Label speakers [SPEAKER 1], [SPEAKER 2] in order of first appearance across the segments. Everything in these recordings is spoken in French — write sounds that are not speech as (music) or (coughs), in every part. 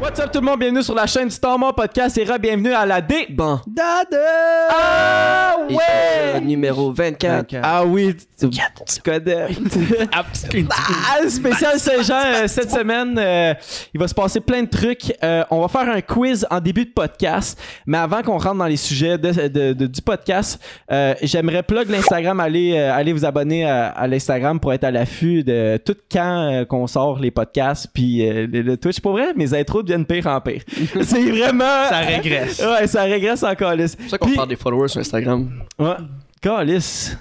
[SPEAKER 1] What's up tout le monde, bienvenue sur la chaîne Stormont Podcast et re-bienvenue à la D.
[SPEAKER 2] Bon.
[SPEAKER 1] Dade! Ah ouais!
[SPEAKER 2] Épisode numéro 24.
[SPEAKER 1] Ah oui, tu, tu connais. (laughs) Ah, spécial Saint-Jean euh, cette semaine. euh, il va se passer plein de trucs. Euh, on va faire un quiz en début de podcast. Mais avant qu'on rentre dans les sujets de- de- de- du podcast, euh, j'aimerais plug l'Instagram. Allez, euh, allez vous abonner à, à l'Instagram pour être à l'affût de tout quand euh, qu'on sort les podcasts. Puis euh, le, le Twitch, pour vrai, mes intros deviennent pire en
[SPEAKER 2] (laughs)
[SPEAKER 1] pire. C'est vraiment.
[SPEAKER 3] Ça régresse.
[SPEAKER 1] Ouais, ça régresse encore. C'est
[SPEAKER 2] C'est pour ça qu'on parle des followers sur Instagram.
[SPEAKER 1] Ouais. Calisse.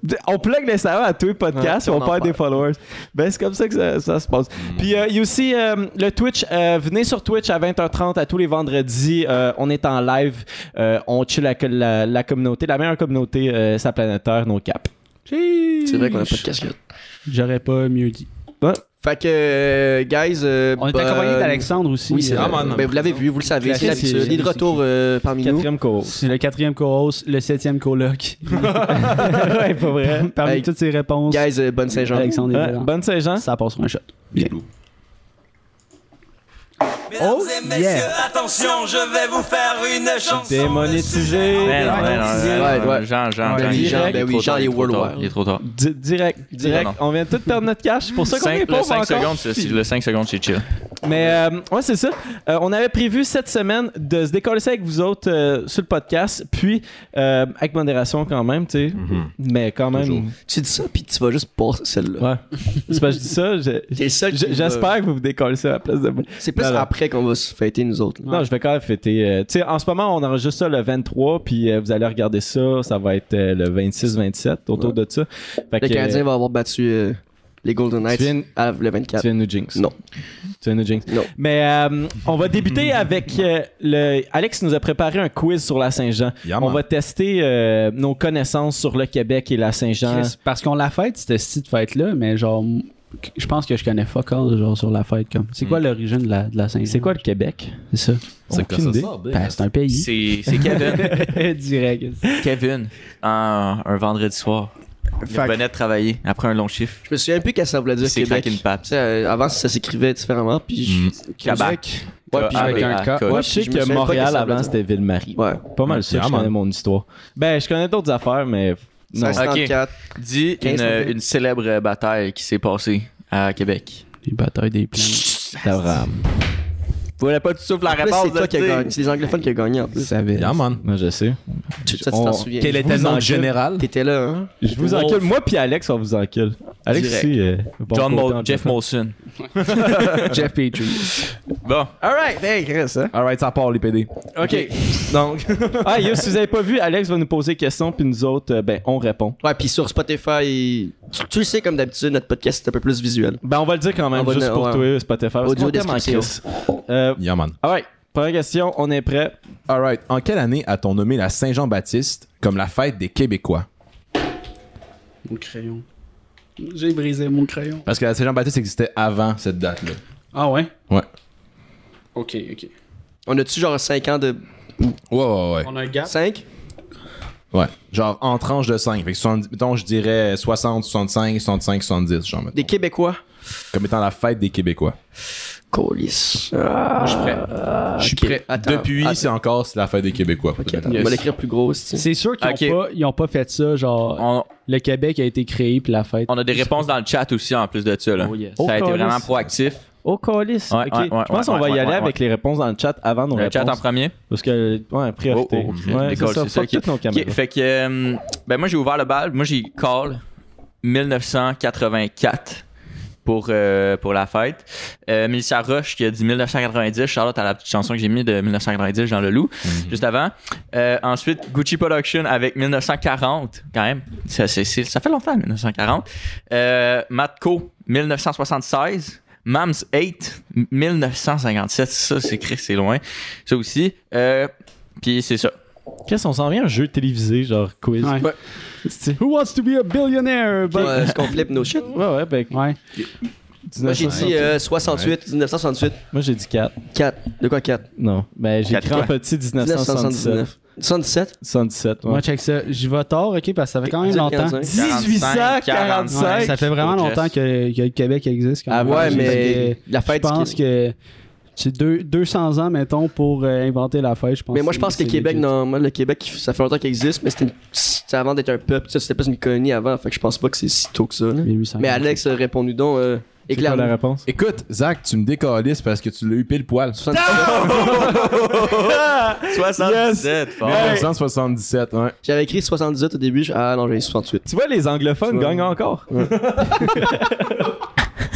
[SPEAKER 1] D- On plug l'Instagram à tous les podcasts
[SPEAKER 2] Ouais,
[SPEAKER 1] et on,
[SPEAKER 2] on en
[SPEAKER 1] perd des
[SPEAKER 2] perd.
[SPEAKER 1] followers. Ben, c'est comme ça que ça, ça se passe. Puis, euh, il y a aussi euh, le Twitch. Euh, venez sur Twitch à 20h30 à tous les vendredis. Euh, on est en live. Euh, on chill avec la, la communauté, la meilleure communauté, euh, sa planète Terre, nos caps.
[SPEAKER 2] C'est vrai qu'on a pas de casquette.
[SPEAKER 3] J'aurais pas mieux dit.
[SPEAKER 2] Fait que, euh, guys. euh,
[SPEAKER 3] On est
[SPEAKER 2] bonne-
[SPEAKER 3] accompagné d'Alexandre aussi.
[SPEAKER 2] Oui, c'est
[SPEAKER 3] Euh,
[SPEAKER 2] vraiment. Ben, vous l'avez vu, vous le savez, c'est
[SPEAKER 3] Classique,
[SPEAKER 2] l'habitude. Il est de
[SPEAKER 3] c'est-
[SPEAKER 2] retour euh, parmi nous.
[SPEAKER 1] Quatrième co
[SPEAKER 3] C'est le quatrième co-host, le septième coloc. (laughs)
[SPEAKER 1] ouais, pas vrai.
[SPEAKER 3] Parmi
[SPEAKER 2] Hey,
[SPEAKER 3] toutes ces réponses,
[SPEAKER 2] Guys, euh, bonne Saint-Jean.
[SPEAKER 3] Alexandre est
[SPEAKER 1] Ouais,
[SPEAKER 3] là.
[SPEAKER 1] bonne Saint-Jean.
[SPEAKER 3] Ça passe sur un shot.
[SPEAKER 4] Mesdames
[SPEAKER 3] Oh,
[SPEAKER 4] et messieurs, attention, je vais vous faire une chanson. de
[SPEAKER 1] Démonétisé.
[SPEAKER 5] Ben non, ben non, ben non,
[SPEAKER 2] Ouais, ouais.
[SPEAKER 5] Jean, Jean,
[SPEAKER 2] Ben
[SPEAKER 5] Jean,
[SPEAKER 2] oui,
[SPEAKER 5] il est
[SPEAKER 2] Jean,
[SPEAKER 5] trop
[SPEAKER 2] ben oui,
[SPEAKER 5] tard,
[SPEAKER 2] Jean, il est
[SPEAKER 5] trop tard,
[SPEAKER 2] worldwide.
[SPEAKER 5] Il est trop tard.
[SPEAKER 1] Di- direct, direct.
[SPEAKER 5] Non, non.
[SPEAKER 1] On vient de tout perdre notre cash. C'est pour ça qu'on
[SPEAKER 5] Cinq-
[SPEAKER 1] est
[SPEAKER 5] le
[SPEAKER 1] pauvre
[SPEAKER 5] 5
[SPEAKER 1] encore.
[SPEAKER 5] secondes, c'est- c'est- le 5 secondes, c'est chill.
[SPEAKER 1] Mais euh, ouais, c'est ça. Euh, on avait prévu cette semaine de se décoller ça avec vous autres euh, sur le podcast, puis euh, avec modération quand même, tu sais.
[SPEAKER 2] Mm-hmm.
[SPEAKER 1] Mais quand même.
[SPEAKER 5] Toujours.
[SPEAKER 2] Tu dis ça, puis tu vas juste passer celle-là.
[SPEAKER 1] Ouais. c'est parce que je dis ça. je-
[SPEAKER 2] T'es le seul qui
[SPEAKER 1] je-
[SPEAKER 2] va-
[SPEAKER 1] J'espère que vous vous décollez ça à la place de moi.
[SPEAKER 2] C'est plus
[SPEAKER 1] Non, non.
[SPEAKER 2] après qu'on va se fêter, nous autres. là.
[SPEAKER 1] Non, je vais quand même fêter. euh, tu sais, en ce moment, on enregistre ça le 23, puis euh, vous allez regarder ça. Ça va être euh, le 26-27, autour de ça. Fait
[SPEAKER 2] Le
[SPEAKER 1] que,
[SPEAKER 2] Canadien va avoir battu euh, les Golden Knights
[SPEAKER 1] Tu viens-
[SPEAKER 2] à le
[SPEAKER 1] Tu
[SPEAKER 2] 24.
[SPEAKER 1] viens de nous jinx.
[SPEAKER 2] Non.
[SPEAKER 1] Tu viens de nous jinx.
[SPEAKER 2] Non.
[SPEAKER 1] Mais euh, on va débuter avec euh, le. Alex nous a préparé un quiz sur la Saint-Jean.
[SPEAKER 6] Yeah,
[SPEAKER 1] on
[SPEAKER 6] man.
[SPEAKER 1] va tester euh, nos connaissances sur le Québec et la Saint-Jean.
[SPEAKER 3] Chris, Parce qu'on la fête, cette petite fête-là, mais genre, je pense que je connais fuck all genre, sur la fête. comme. C'est quoi l'origine de la, de la Saint-Jean?
[SPEAKER 1] C'est quoi le Québec
[SPEAKER 3] Hmm. C'est ça.
[SPEAKER 6] C'est quoi ça, ça?
[SPEAKER 3] Ben, c'est un pays.
[SPEAKER 5] C'est
[SPEAKER 3] (laughs)
[SPEAKER 5] c'est Kevin.
[SPEAKER 3] Direct.
[SPEAKER 5] Kevin, un, un vendredi soir. Il
[SPEAKER 6] Fait-
[SPEAKER 5] venait de travailler après un long chiffre.
[SPEAKER 2] Je me souviens plus qu'est-ce que ça voulait dire
[SPEAKER 5] C'est
[SPEAKER 2] Québec.
[SPEAKER 5] Cracking Pap.
[SPEAKER 2] Tu sais, euh, avant, ça s'écrivait différemment, puis je-
[SPEAKER 5] Cabac.
[SPEAKER 2] Ouais, puis
[SPEAKER 5] Ah,
[SPEAKER 2] je-
[SPEAKER 3] avec un
[SPEAKER 5] K.
[SPEAKER 3] K.
[SPEAKER 1] Moi,
[SPEAKER 2] Ouais,
[SPEAKER 1] je sais
[SPEAKER 2] puis je me
[SPEAKER 1] que
[SPEAKER 2] souviens pas que
[SPEAKER 1] Montréal,
[SPEAKER 2] ça
[SPEAKER 1] avant,
[SPEAKER 2] veut
[SPEAKER 1] c'était Ville-Marie.
[SPEAKER 2] Ouais.
[SPEAKER 1] Pas mal sûr,
[SPEAKER 6] Yeah,
[SPEAKER 1] je connais
[SPEAKER 6] man.
[SPEAKER 1] mon histoire. Ben, je connais d'autres affaires, mais. Non.
[SPEAKER 2] Ça, c'est- 54.
[SPEAKER 5] Dis une,
[SPEAKER 2] 15, ok.
[SPEAKER 5] une célèbre bataille qui s'est passée à Québec.
[SPEAKER 3] Les batailles des planètes.
[SPEAKER 1] c'est vrai.
[SPEAKER 5] Vous voulez pas tout souffle la
[SPEAKER 2] En plus, c'est toi qui as gagné. C'est les anglophones qui ont gagné en
[SPEAKER 3] Vous
[SPEAKER 2] plus.
[SPEAKER 3] savez.
[SPEAKER 6] Yeah, man.
[SPEAKER 1] Moi, je sais.
[SPEAKER 2] Tu- Ça, tu
[SPEAKER 1] On-
[SPEAKER 2] t'en souviens.
[SPEAKER 1] Quel était
[SPEAKER 6] nom
[SPEAKER 1] le
[SPEAKER 6] général?
[SPEAKER 2] T'étais là, hein?
[SPEAKER 1] Je vous
[SPEAKER 2] Wolf.
[SPEAKER 1] encule. Moi, puis Alex, on vous encule. Alex,
[SPEAKER 2] Direct.
[SPEAKER 1] aussi, euh, bon
[SPEAKER 5] John
[SPEAKER 1] côté
[SPEAKER 5] Mo-
[SPEAKER 1] anglophone.
[SPEAKER 5] Jeff Molson.
[SPEAKER 3] Jeff Petrie.
[SPEAKER 5] Bon,
[SPEAKER 2] Alright, hey, Chris, hein?
[SPEAKER 6] Alright, ça part les PD.
[SPEAKER 1] OK. Donc, ah, yo, si vous avez pas vu, Alex va nous poser des questions, puis nous autres, euh, ben, on répond.
[SPEAKER 2] Ouais, puis sur Spotify, il- tu, tu le sais, comme d'habitude, notre podcast est un peu plus visuel.
[SPEAKER 1] Ben, on va le dire quand même,
[SPEAKER 2] On va
[SPEAKER 1] juste
[SPEAKER 2] le-
[SPEAKER 1] pour
[SPEAKER 2] ouais.
[SPEAKER 1] toi, Spotify. parce
[SPEAKER 2] Audio
[SPEAKER 1] qu'on t'aime en
[SPEAKER 2] description.
[SPEAKER 1] crise. Euh,
[SPEAKER 6] Yeah, man.
[SPEAKER 1] all right. Première question, on est prêt.
[SPEAKER 6] Alright, en quelle année a-t-on nommé la Saint-Jean-Baptiste comme la fête des Québécois?
[SPEAKER 3] Mon crayon. J'ai brisé mon crayon.
[SPEAKER 6] Parce que la Saint-Jean-Baptiste existait avant cette date-là.
[SPEAKER 3] Ah ouais?
[SPEAKER 6] Ouais.
[SPEAKER 3] Ok, ok.
[SPEAKER 2] On a-tu genre 5 ans de.
[SPEAKER 6] Ouais, ouais, ouais.
[SPEAKER 3] On a un gap.
[SPEAKER 2] 5
[SPEAKER 6] Ouais. Genre en tranche de 5. Fait que, 70 mettons, je dirais 60, 65, 65, 70, genre, mettons.
[SPEAKER 2] Des Québécois?
[SPEAKER 6] Comme étant la fête des Québécois.
[SPEAKER 2] Colis.
[SPEAKER 6] Je suis prêt. Je suis
[SPEAKER 2] ok.
[SPEAKER 6] prêt.
[SPEAKER 2] Attends,
[SPEAKER 6] Depuis,
[SPEAKER 2] attends.
[SPEAKER 6] c'est encore c'est la fête des Québécois.
[SPEAKER 2] Ok, attends,
[SPEAKER 3] Yes.
[SPEAKER 2] on va l'écrire plus gros, c'est
[SPEAKER 3] C'est sûr qu'ils ont
[SPEAKER 5] Ok.
[SPEAKER 3] pas, ils ont pas fait ça, genre,
[SPEAKER 5] on,
[SPEAKER 3] le Québec a été créé puis la fête.
[SPEAKER 5] on a des réponses dans le chat aussi en plus de ça. Là.
[SPEAKER 3] Oh, yes.
[SPEAKER 5] Ça
[SPEAKER 1] Oh,
[SPEAKER 5] a été
[SPEAKER 1] Carlis.
[SPEAKER 5] vraiment proactif.
[SPEAKER 1] Oh, calice. OK.
[SPEAKER 5] Ouais, ouais, ouais,
[SPEAKER 1] Je pense
[SPEAKER 5] ouais,
[SPEAKER 1] qu'on va
[SPEAKER 5] ouais,
[SPEAKER 1] y
[SPEAKER 5] ouais,
[SPEAKER 1] aller
[SPEAKER 5] ouais.
[SPEAKER 1] avec les réponses dans le chat avant nos
[SPEAKER 5] Le
[SPEAKER 1] réponses.
[SPEAKER 5] chat en premier.
[SPEAKER 1] Parce que, ouais, priorité.
[SPEAKER 5] Oh, oh,
[SPEAKER 1] ouais,
[SPEAKER 5] les
[SPEAKER 1] c'est
[SPEAKER 5] calls,
[SPEAKER 1] ça,
[SPEAKER 5] c'est ça,
[SPEAKER 1] fuck
[SPEAKER 5] ok.
[SPEAKER 1] toutes nos
[SPEAKER 5] Ok,
[SPEAKER 1] caméras.
[SPEAKER 5] fait que, euh, ben moi j'ai ouvert le bal, moi j'ai call 1984 pour, euh, pour la fête. Euh, Mélissa Roche qui a dit 1990, Charlotte à la petite chanson que j'ai mis de 1990, Jean Leloup, juste avant. Euh, ensuite, Gucci Production avec 1940, quand même, ça, c'est- c'est- ça fait longtemps 1940. Euh, Matco, 1976. Mams 8, 1957, ça c'est écrit, c'est loin. Ça aussi. Euh, Puis c'est ça.
[SPEAKER 1] Qu'est-ce qu'on s'en vient un jeu télévisé, genre quiz?
[SPEAKER 3] Ouais.
[SPEAKER 1] C'est-
[SPEAKER 3] Who wants to be a billionaire?
[SPEAKER 2] bon. Est-ce qu'on flippe nos shit?
[SPEAKER 1] Ouais, ouais, ben,
[SPEAKER 3] Ouais.
[SPEAKER 2] Moi, j'ai dit euh, 68, 1968.
[SPEAKER 1] moi, j'ai dit 4.
[SPEAKER 2] 4. De quoi 4?
[SPEAKER 1] Non, ben, j'ai
[SPEAKER 5] Quatre
[SPEAKER 1] écrit en
[SPEAKER 5] quoi?
[SPEAKER 1] petit
[SPEAKER 3] Euh,
[SPEAKER 1] 1977.
[SPEAKER 2] 1979. 77?
[SPEAKER 1] 77, ouais.
[SPEAKER 3] Moi, check ça. J'y vais tard, ok, parce que ça fait quand même
[SPEAKER 2] Vous êtes
[SPEAKER 3] longtemps.
[SPEAKER 2] 45.
[SPEAKER 1] 1845.
[SPEAKER 3] Ouais, ça fait vraiment
[SPEAKER 5] Oh,
[SPEAKER 3] longtemps
[SPEAKER 5] Jess.
[SPEAKER 3] que, que le Québec existe. quand
[SPEAKER 2] Ah
[SPEAKER 3] même.
[SPEAKER 2] ouais,
[SPEAKER 3] Fait
[SPEAKER 2] mais
[SPEAKER 3] que
[SPEAKER 2] la
[SPEAKER 3] Je
[SPEAKER 2] fête.
[SPEAKER 3] pense
[SPEAKER 2] qui-
[SPEAKER 3] que C'est deux- 200 ans, mettons, pour euh, inventer la fête, je pense.
[SPEAKER 2] Mais moi, je pense que
[SPEAKER 3] c'est
[SPEAKER 2] le Québec,
[SPEAKER 3] legit.
[SPEAKER 2] normalement, le Québec, ça fait longtemps qu'il existe, mais c'était une- c'était avant d'être un peuple. tu sais, C'était plus une colonie avant, fait que je pense pas que c'est si tôt que ça. là.
[SPEAKER 3] 1800.
[SPEAKER 2] Mais Alex, euh, réponds-nous donc. Euh, éclaire
[SPEAKER 7] la réponse?
[SPEAKER 6] Écoute, Zach, tu me décalisses parce que tu l'as eu pile poil.
[SPEAKER 1] Ah!
[SPEAKER 5] 77, fort.
[SPEAKER 6] 1977, ouais.
[SPEAKER 2] J'avais écrit 78 au début, je- ah non, j'avais 68.
[SPEAKER 7] Tu vois, les anglophones
[SPEAKER 2] Tu vois.
[SPEAKER 7] gagnent encore. (laughs)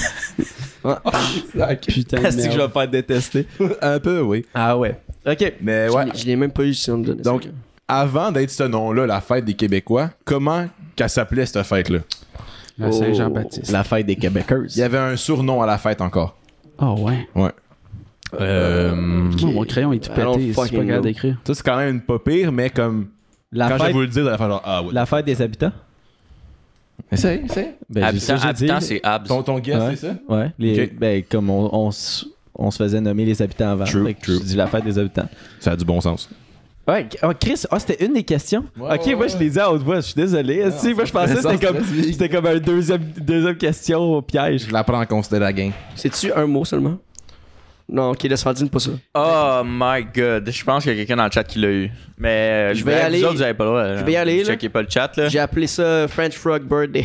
[SPEAKER 7] Ah,
[SPEAKER 3] Putain, de
[SPEAKER 7] Est-ce que je vais
[SPEAKER 3] merde.
[SPEAKER 7] me faire détester?
[SPEAKER 6] Un peu, oui.
[SPEAKER 7] Ah ouais. OK.
[SPEAKER 6] Mais
[SPEAKER 2] Je
[SPEAKER 6] ouais.
[SPEAKER 2] l'ai- Je l'ai même pas eu si on me donnait ça.
[SPEAKER 6] Donc, avant d'être ce nom-là, la fête des Québécois, comment qu'elle s'appelait cette fête-là?
[SPEAKER 3] La
[SPEAKER 2] oh.
[SPEAKER 3] Saint-Jean-Baptiste.
[SPEAKER 7] La fête des
[SPEAKER 6] Il y
[SPEAKER 7] Québécoises.
[SPEAKER 6] avait un surnom à la fête encore.
[SPEAKER 3] Ah ouais.
[SPEAKER 6] Euh,
[SPEAKER 3] Oh, mon crayon est tout
[SPEAKER 2] I don't
[SPEAKER 3] pété, c'est
[SPEAKER 2] fucking
[SPEAKER 3] pas capable
[SPEAKER 2] know.
[SPEAKER 3] d'écrire.
[SPEAKER 6] Ça, c'est quand même une pas pire, mais comme.
[SPEAKER 7] La
[SPEAKER 6] quand je vais
[SPEAKER 7] fête,
[SPEAKER 6] vous le dire, vous allez faire genre, ah ouais.
[SPEAKER 7] la fête des habitants?
[SPEAKER 6] Essaye, essaye.
[SPEAKER 7] Ben, j'ai-
[SPEAKER 5] Habitant,
[SPEAKER 7] j'ai dit-
[SPEAKER 5] habitant, c'est Abs.
[SPEAKER 6] Ton, ton guess,
[SPEAKER 7] Ouais.
[SPEAKER 6] c'est ça?
[SPEAKER 7] Ouais. les-
[SPEAKER 6] Ok.
[SPEAKER 7] Ben, comme on, on s- on se faisait nommer les habitants avant.
[SPEAKER 6] True,
[SPEAKER 7] Fait que
[SPEAKER 6] true.
[SPEAKER 7] Je dis la fête des habitants.
[SPEAKER 6] Ça a du bon sens.
[SPEAKER 7] Ouais, ah, Chris, ah, c'était une des questions.
[SPEAKER 6] Ouais,
[SPEAKER 7] ok,
[SPEAKER 6] ouais,
[SPEAKER 7] moi je l'ai dit à haute voix, je suis désolé. Si, moi je pensais que c'était comme, c'était comme un deuxième, deuxième question au piège.
[SPEAKER 6] Je la prends en considération.
[SPEAKER 2] c'est-tu un mot seulement Non, ok, laisse faire dire pas ça.
[SPEAKER 3] Euh.
[SPEAKER 5] Oh my god, je pense qu'il y a quelqu'un dans le chat qui l'a eu. Mais euh,
[SPEAKER 2] Je
[SPEAKER 5] vous
[SPEAKER 2] vais y
[SPEAKER 5] autres,
[SPEAKER 2] aller.
[SPEAKER 5] vous avez pas le droit, là.
[SPEAKER 2] Je vais y aller, là.
[SPEAKER 5] Checkez pas le chat là.
[SPEAKER 2] J'ai appelé ça French Frog
[SPEAKER 3] (laughs)
[SPEAKER 2] Birthday.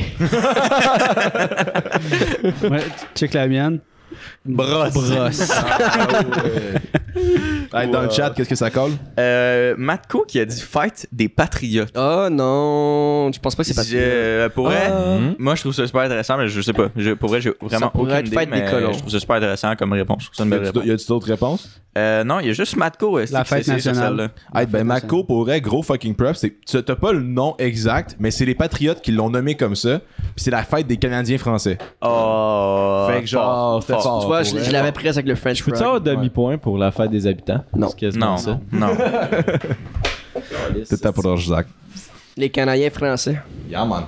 [SPEAKER 3] Ouais, check la mienne.
[SPEAKER 5] Brosse.
[SPEAKER 6] Ah, (laughs) Hey, dans le chat, qu'est-ce que ça colle?
[SPEAKER 5] Euh, Matko qui a dit fête des patriotes.
[SPEAKER 2] oh non, je pense pas que c'est pas
[SPEAKER 5] Je- euh, pour vrai,
[SPEAKER 2] Ah.
[SPEAKER 5] Mhm. moi je trouve ça super intéressant, mais je sais pas. Je- pour vrai, j'ai vraiment
[SPEAKER 2] pourrait
[SPEAKER 5] aucune
[SPEAKER 2] être
[SPEAKER 5] idée,
[SPEAKER 2] fête des
[SPEAKER 5] mais
[SPEAKER 2] colons.
[SPEAKER 5] je trouve ça super intéressant comme réponse. Je trouve ça une
[SPEAKER 6] Y
[SPEAKER 5] belle
[SPEAKER 6] a-tu d-
[SPEAKER 5] réponse.
[SPEAKER 6] y a-tu d'autres réponses?
[SPEAKER 5] Euh, non, il y a juste Matko. euh,
[SPEAKER 3] La
[SPEAKER 5] c'est-
[SPEAKER 3] fête
[SPEAKER 5] c'est- c'est
[SPEAKER 3] nationale.
[SPEAKER 5] celle-là.
[SPEAKER 6] Hey, ben, Mako, pour vrai, gros fucking props. c'est- tu- T'as pas le nom exact, mais c'est les Patriotes qui l'ont nommé comme ça. Puis c'est la fête des Canadiens français.
[SPEAKER 5] Oh.
[SPEAKER 6] fait que genre, c'était
[SPEAKER 5] fort.
[SPEAKER 6] Ah, fort,
[SPEAKER 2] Tu vois,
[SPEAKER 6] Ah, pour
[SPEAKER 2] je,
[SPEAKER 6] vrai.
[SPEAKER 2] je l'avais presque avec le French
[SPEAKER 7] Peux-tu avoir
[SPEAKER 2] Frog.
[SPEAKER 7] demi-point pour la fête des habitants?
[SPEAKER 2] Non.
[SPEAKER 7] Parce que c'est
[SPEAKER 5] Non,
[SPEAKER 7] comme ça.
[SPEAKER 5] non.
[SPEAKER 6] T'es ta proche, Zach.
[SPEAKER 2] Les Canadiens français.
[SPEAKER 6] Yeah, man.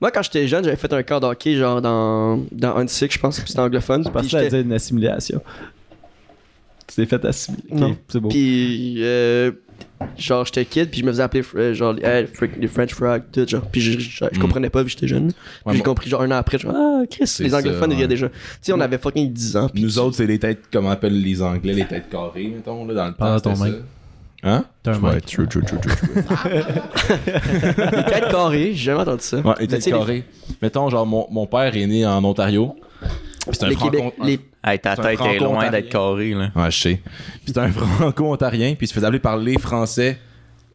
[SPEAKER 2] Moi, quand j'étais jeune, j'avais fait un corps d'hockey genre dans, dans Un Six, je pense, puis c'était anglophone.
[SPEAKER 7] Je pensais
[SPEAKER 2] Puis
[SPEAKER 7] que t'allais
[SPEAKER 2] j'étais-
[SPEAKER 7] dire une assimilation. Tu t'es fait assimiler. Ok,
[SPEAKER 2] Non.
[SPEAKER 7] C'est beau.
[SPEAKER 2] Puis, euh, genre, j'étais kid, puis je me faisais appeler euh, genre hey, freak- les French Frog, tout, genre. Puis je, je- je comprenais pas, vu que j'étais jeune. Puis
[SPEAKER 6] Mm. Ouais,
[SPEAKER 2] j'ai
[SPEAKER 6] moi-
[SPEAKER 2] compris, genre, un an après, genre, ah, Chris,
[SPEAKER 6] C'est
[SPEAKER 2] les
[SPEAKER 6] ça,
[SPEAKER 2] anglophones, il y a
[SPEAKER 6] ouais.
[SPEAKER 2] déjà. Tu sais, on avait fucking 10 ans.
[SPEAKER 6] Nous autres, c'est les têtes, comme on appelle les Anglais, les têtes carrées, mettons, là, dans le
[SPEAKER 7] Parle
[SPEAKER 6] temps.
[SPEAKER 7] à ton
[SPEAKER 6] c'était
[SPEAKER 7] mic.
[SPEAKER 6] ça. Hein?
[SPEAKER 7] T'as un
[SPEAKER 6] Ouais,
[SPEAKER 7] mic.
[SPEAKER 6] true, true, true, true, true.
[SPEAKER 2] Les têtes carrées, j'ai jamais entendu ça.
[SPEAKER 6] Ouais, les
[SPEAKER 2] Mais tu
[SPEAKER 6] têtes
[SPEAKER 2] sais, les-
[SPEAKER 6] carrées. Mettons, genre, mon, mon père est né en Ontario. Puis c'est un
[SPEAKER 2] Les
[SPEAKER 6] franco-
[SPEAKER 2] Québec,
[SPEAKER 6] un-
[SPEAKER 2] les
[SPEAKER 5] Hey, ta
[SPEAKER 6] C'est un
[SPEAKER 5] tête est loin
[SPEAKER 6] franco-ontarien.
[SPEAKER 5] d'être carrée là.
[SPEAKER 6] Ouais, je sais. Puis c'était un (laughs) franco-ontarien, puis il se faisait appeler par les Français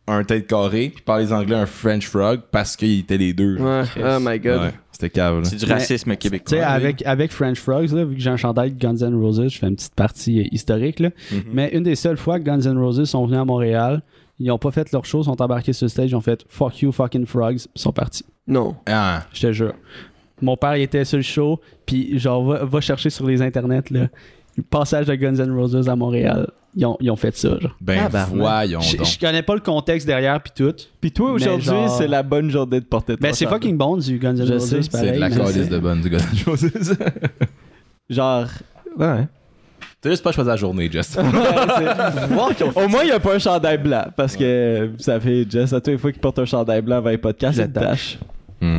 [SPEAKER 6] un tête carré, puis par les Anglais un French frog, parce qu'ils étaient les deux.
[SPEAKER 2] Ouais, oh my god.
[SPEAKER 6] Ouais, c'était cave, là.
[SPEAKER 5] C'est du
[SPEAKER 3] Mais-
[SPEAKER 5] racisme
[SPEAKER 3] Tu sais,
[SPEAKER 5] québécois.
[SPEAKER 3] avec, avec French Frogs, là, vu que j'ai un chandail de Guns N' Roses, je fais une petite partie euh, historique. Là. Mais une des seules fois que Guns N' Roses sont venus à Montréal, ils ont pas fait leur show, sont embarqués sur le stage, ils ont fait fuck you, fucking frogs, ils sont partis.
[SPEAKER 2] Non.
[SPEAKER 6] Ah,
[SPEAKER 3] Je te jure. Mon père, il était sur le show, puis genre, va, va chercher sur les internets, là, le passage de Guns N' Roses à Montréal. Ils ont, ils ont fait ça, genre.
[SPEAKER 6] ben
[SPEAKER 7] Tabarnak.
[SPEAKER 6] voyons
[SPEAKER 3] Je
[SPEAKER 6] donc.
[SPEAKER 3] je connais pas le contexte derrière, puis tout.
[SPEAKER 7] Puis toi,
[SPEAKER 3] Mais
[SPEAKER 7] aujourd'hui,
[SPEAKER 3] genre-
[SPEAKER 7] c'est la bonne journée de porter ton
[SPEAKER 3] Ben, c'est
[SPEAKER 7] chandail.
[SPEAKER 3] fucking bon du Guns N'
[SPEAKER 7] Je
[SPEAKER 3] Roses,
[SPEAKER 7] sais,
[SPEAKER 3] c'est
[SPEAKER 6] C'est de
[SPEAKER 3] pareil,
[SPEAKER 6] la
[SPEAKER 3] mais-
[SPEAKER 6] calice de bonne, du gars.
[SPEAKER 7] Genre. Ouais.
[SPEAKER 6] T'as juste pas choisi la journée, Jess.
[SPEAKER 7] Au moins, il n'y a pas un chandail blanc. Parce que, vous savez, Jess, à toutes les fois qu'il porte un chandail blanc dans les podcasts, il tâche.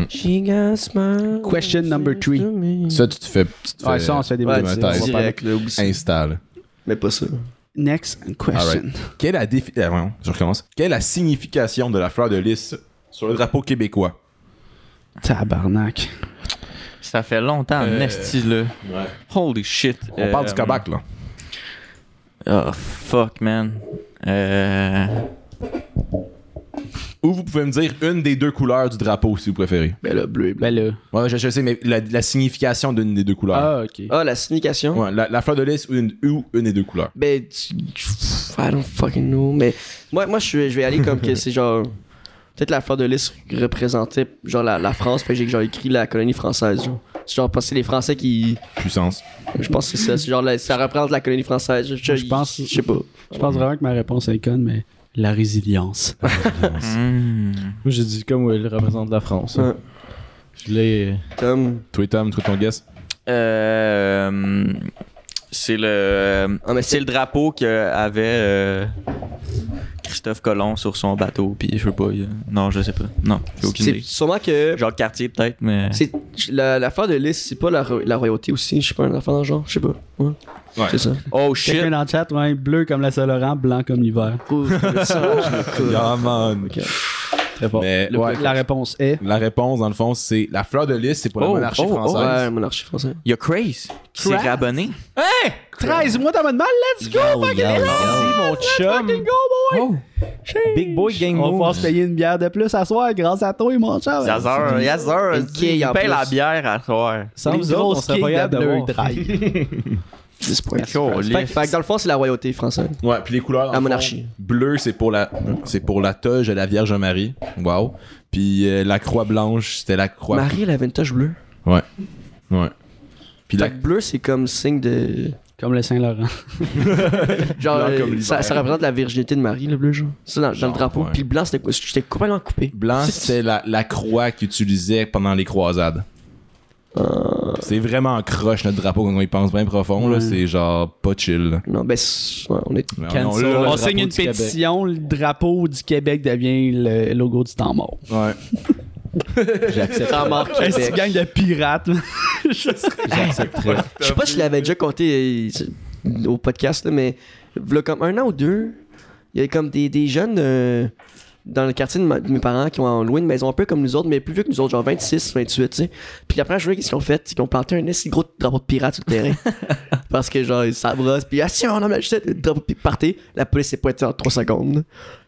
[SPEAKER 2] She got smile.
[SPEAKER 3] Question number three.
[SPEAKER 6] Ça, tu te fais. Tu te fais
[SPEAKER 3] Ouais, ça, on se fait des
[SPEAKER 2] Ouais,
[SPEAKER 6] Ouais,
[SPEAKER 3] bêtises.
[SPEAKER 6] t'as-
[SPEAKER 3] On va parler-
[SPEAKER 2] direct, là, oublie ça.
[SPEAKER 6] Installe.
[SPEAKER 2] Mais pas ça.
[SPEAKER 3] Next question.
[SPEAKER 6] Alright. Quelle est la défi... ah, voyons, je recommence. Quelle est la signification de la fleur de lys sur le drapeau québécois?
[SPEAKER 3] Tabarnak.
[SPEAKER 5] Ça fait longtemps,
[SPEAKER 6] Euh,
[SPEAKER 5] Nasty, là.
[SPEAKER 6] Ouais.
[SPEAKER 5] Holy shit.
[SPEAKER 6] On
[SPEAKER 5] Euh,
[SPEAKER 6] parle du Québec, là.
[SPEAKER 5] Oh fuck, man. Euh,
[SPEAKER 6] Ou vous pouvez me dire une des deux couleurs du drapeau, si vous préférez.
[SPEAKER 2] Ben là, bleu et blanc.
[SPEAKER 3] Ben là.
[SPEAKER 6] Ouais, je, je sais, mais la, la signification d'une des deux couleurs.
[SPEAKER 3] Ah, ok.
[SPEAKER 2] Ah, la signification.
[SPEAKER 6] Ouais, la, la fleur de lys ou une, ou une des deux couleurs.
[SPEAKER 2] Ben, tu- pff, I don't fucking know. Mais moi, moi je, suis- je vais aller comme que c'est genre. Peut-être la fleur de lys représentait genre la, la France. Fait que j'ai genre écrit la colonie française. Genre, c'est genre parce que c'est les Français qui.
[SPEAKER 6] Puissance.
[SPEAKER 2] Je pense que c'est ça. C'est genre la- ça représente la colonie française. Je,
[SPEAKER 3] Je pense-
[SPEAKER 2] Je sais pas.
[SPEAKER 3] Je pense vraiment que ma réponse est conne, mais la résilience.
[SPEAKER 5] hmm.
[SPEAKER 7] Moi, j'ai dit comme il représente la France.
[SPEAKER 2] Ouais.
[SPEAKER 7] Je l'ai.
[SPEAKER 2] Tom. (laughs)
[SPEAKER 6] Toi, Tom, toi, ton guess.
[SPEAKER 5] Euh, C'est le,
[SPEAKER 2] Ah, mais
[SPEAKER 5] c'est le drapeau qu'avait euh, Christophe Colomb sur son bateau. Puis je veux pas. il- Non, je sais pas. Non, j'ai aucune
[SPEAKER 2] C'est
[SPEAKER 5] idée.
[SPEAKER 2] sûrement que.
[SPEAKER 5] Genre quartier peut-être, mais.
[SPEAKER 2] C'est la- l'affaire de Lys, c'est pas la, ro- la royauté aussi, je sais pas, une affaire dans le genre, je sais pas. Ouais.
[SPEAKER 6] Ouais.
[SPEAKER 2] C'est ça.
[SPEAKER 5] Oh shit!
[SPEAKER 3] Quelqu'un dans le chat, ouais, bleu comme la Saint-Laurent, blanc comme l'hiver.
[SPEAKER 2] (laughs) Cool.
[SPEAKER 6] Yeah, man.
[SPEAKER 3] Très fort.
[SPEAKER 6] Mais
[SPEAKER 3] Le-
[SPEAKER 6] ouais.
[SPEAKER 3] La réponse est.
[SPEAKER 6] La réponse, dans le fond, c'est la fleur de lys, c'est pour la
[SPEAKER 5] Oh,
[SPEAKER 6] monarchie
[SPEAKER 5] oh, oh,
[SPEAKER 6] française.
[SPEAKER 2] Ouais, monarchie française.
[SPEAKER 5] Il y a Craze qui s'est
[SPEAKER 7] Craze?
[SPEAKER 5] rabonné.
[SPEAKER 3] 13 mois d'abonnement, let's go!
[SPEAKER 7] Merci, mon chum.
[SPEAKER 3] Oh.
[SPEAKER 7] Big boy gang
[SPEAKER 3] On va pouvoir
[SPEAKER 7] move.
[SPEAKER 3] se payer une bière de plus à soir grâce à toi, mon chat.
[SPEAKER 5] Yazar, Yazar,
[SPEAKER 2] Une quille
[SPEAKER 5] il
[SPEAKER 2] en
[SPEAKER 5] paye
[SPEAKER 2] plus.
[SPEAKER 5] la bière à soir.
[SPEAKER 7] Sans
[SPEAKER 3] Les
[SPEAKER 7] vous autres, on
[SPEAKER 3] grosses
[SPEAKER 7] serait pas
[SPEAKER 3] kicks
[SPEAKER 7] capable de
[SPEAKER 3] de
[SPEAKER 7] voir.
[SPEAKER 3] Bleu Drive.
[SPEAKER 2] 10 points.
[SPEAKER 5] Colis.
[SPEAKER 2] Fait, fait que dans le fond, c'est la royauté française.
[SPEAKER 6] Ouais, puis les couleurs.
[SPEAKER 2] La
[SPEAKER 6] dans le fond,
[SPEAKER 2] monarchie.
[SPEAKER 6] Bleu, c'est pour la, c'est pour la toge à la Vierge Marie. Wow. Puis euh, la croix blanche, c'était la croix.
[SPEAKER 2] Marie, elle avait une tache bleue.
[SPEAKER 6] Ouais. Ouais. Puis la...
[SPEAKER 2] Fait que bleu, c'est comme signe de.
[SPEAKER 3] (laughs) Comme le Saint-Laurent.
[SPEAKER 2] Genre,
[SPEAKER 6] Blanc
[SPEAKER 2] euh,
[SPEAKER 6] comme l'hiver.
[SPEAKER 2] ça, ça représente la virginité de Marie, le bleu, genre. Ça, dans, dans
[SPEAKER 6] Genre,
[SPEAKER 2] le drapeau.
[SPEAKER 6] ouais.
[SPEAKER 2] Puis le blanc, c'était quoi J'étais complètement coupé.
[SPEAKER 6] Blanc, c'est la, la croix qu'ils utilisaient pendant les croisades.
[SPEAKER 2] Euh.
[SPEAKER 6] C'est vraiment croche notre drapeau quand on y pense bien profond. là.
[SPEAKER 3] Ouais.
[SPEAKER 6] C'est genre pas chill. là.
[SPEAKER 2] Non, ben, c'est- ouais, on est.
[SPEAKER 6] Mais
[SPEAKER 7] Cancel.
[SPEAKER 6] l'a, le
[SPEAKER 7] On
[SPEAKER 3] On
[SPEAKER 6] drapeau
[SPEAKER 3] signe une
[SPEAKER 6] du Québec.
[SPEAKER 3] pétition, le drapeau du Québec devient le logo du temps mort.
[SPEAKER 6] Ouais.
[SPEAKER 2] C'est mort,
[SPEAKER 3] Hey, C'est une
[SPEAKER 2] Québec.
[SPEAKER 3] gang de pirates. là.
[SPEAKER 2] Je sais pas si je l'avais déjà compté euh, c'est- au podcast, là, mais v'là comme un an ou deux, il y avait comme des, des jeunes euh, dans le quartier de, ma- de mes parents qui ont loué une maison un peu comme nous autres, mais plus vieux que nous autres, genre 26, 28, tu sais. Puis après, je vois qu'est-ce qu'ils ont fait, c'est qu'ils ont planté un assez gros drapeau de pirate sur le terrain. Parce que genre, ça brosse, puis ah si, on a acheté le drapeau pirate, partez, la police s'est pointée en 3 secondes.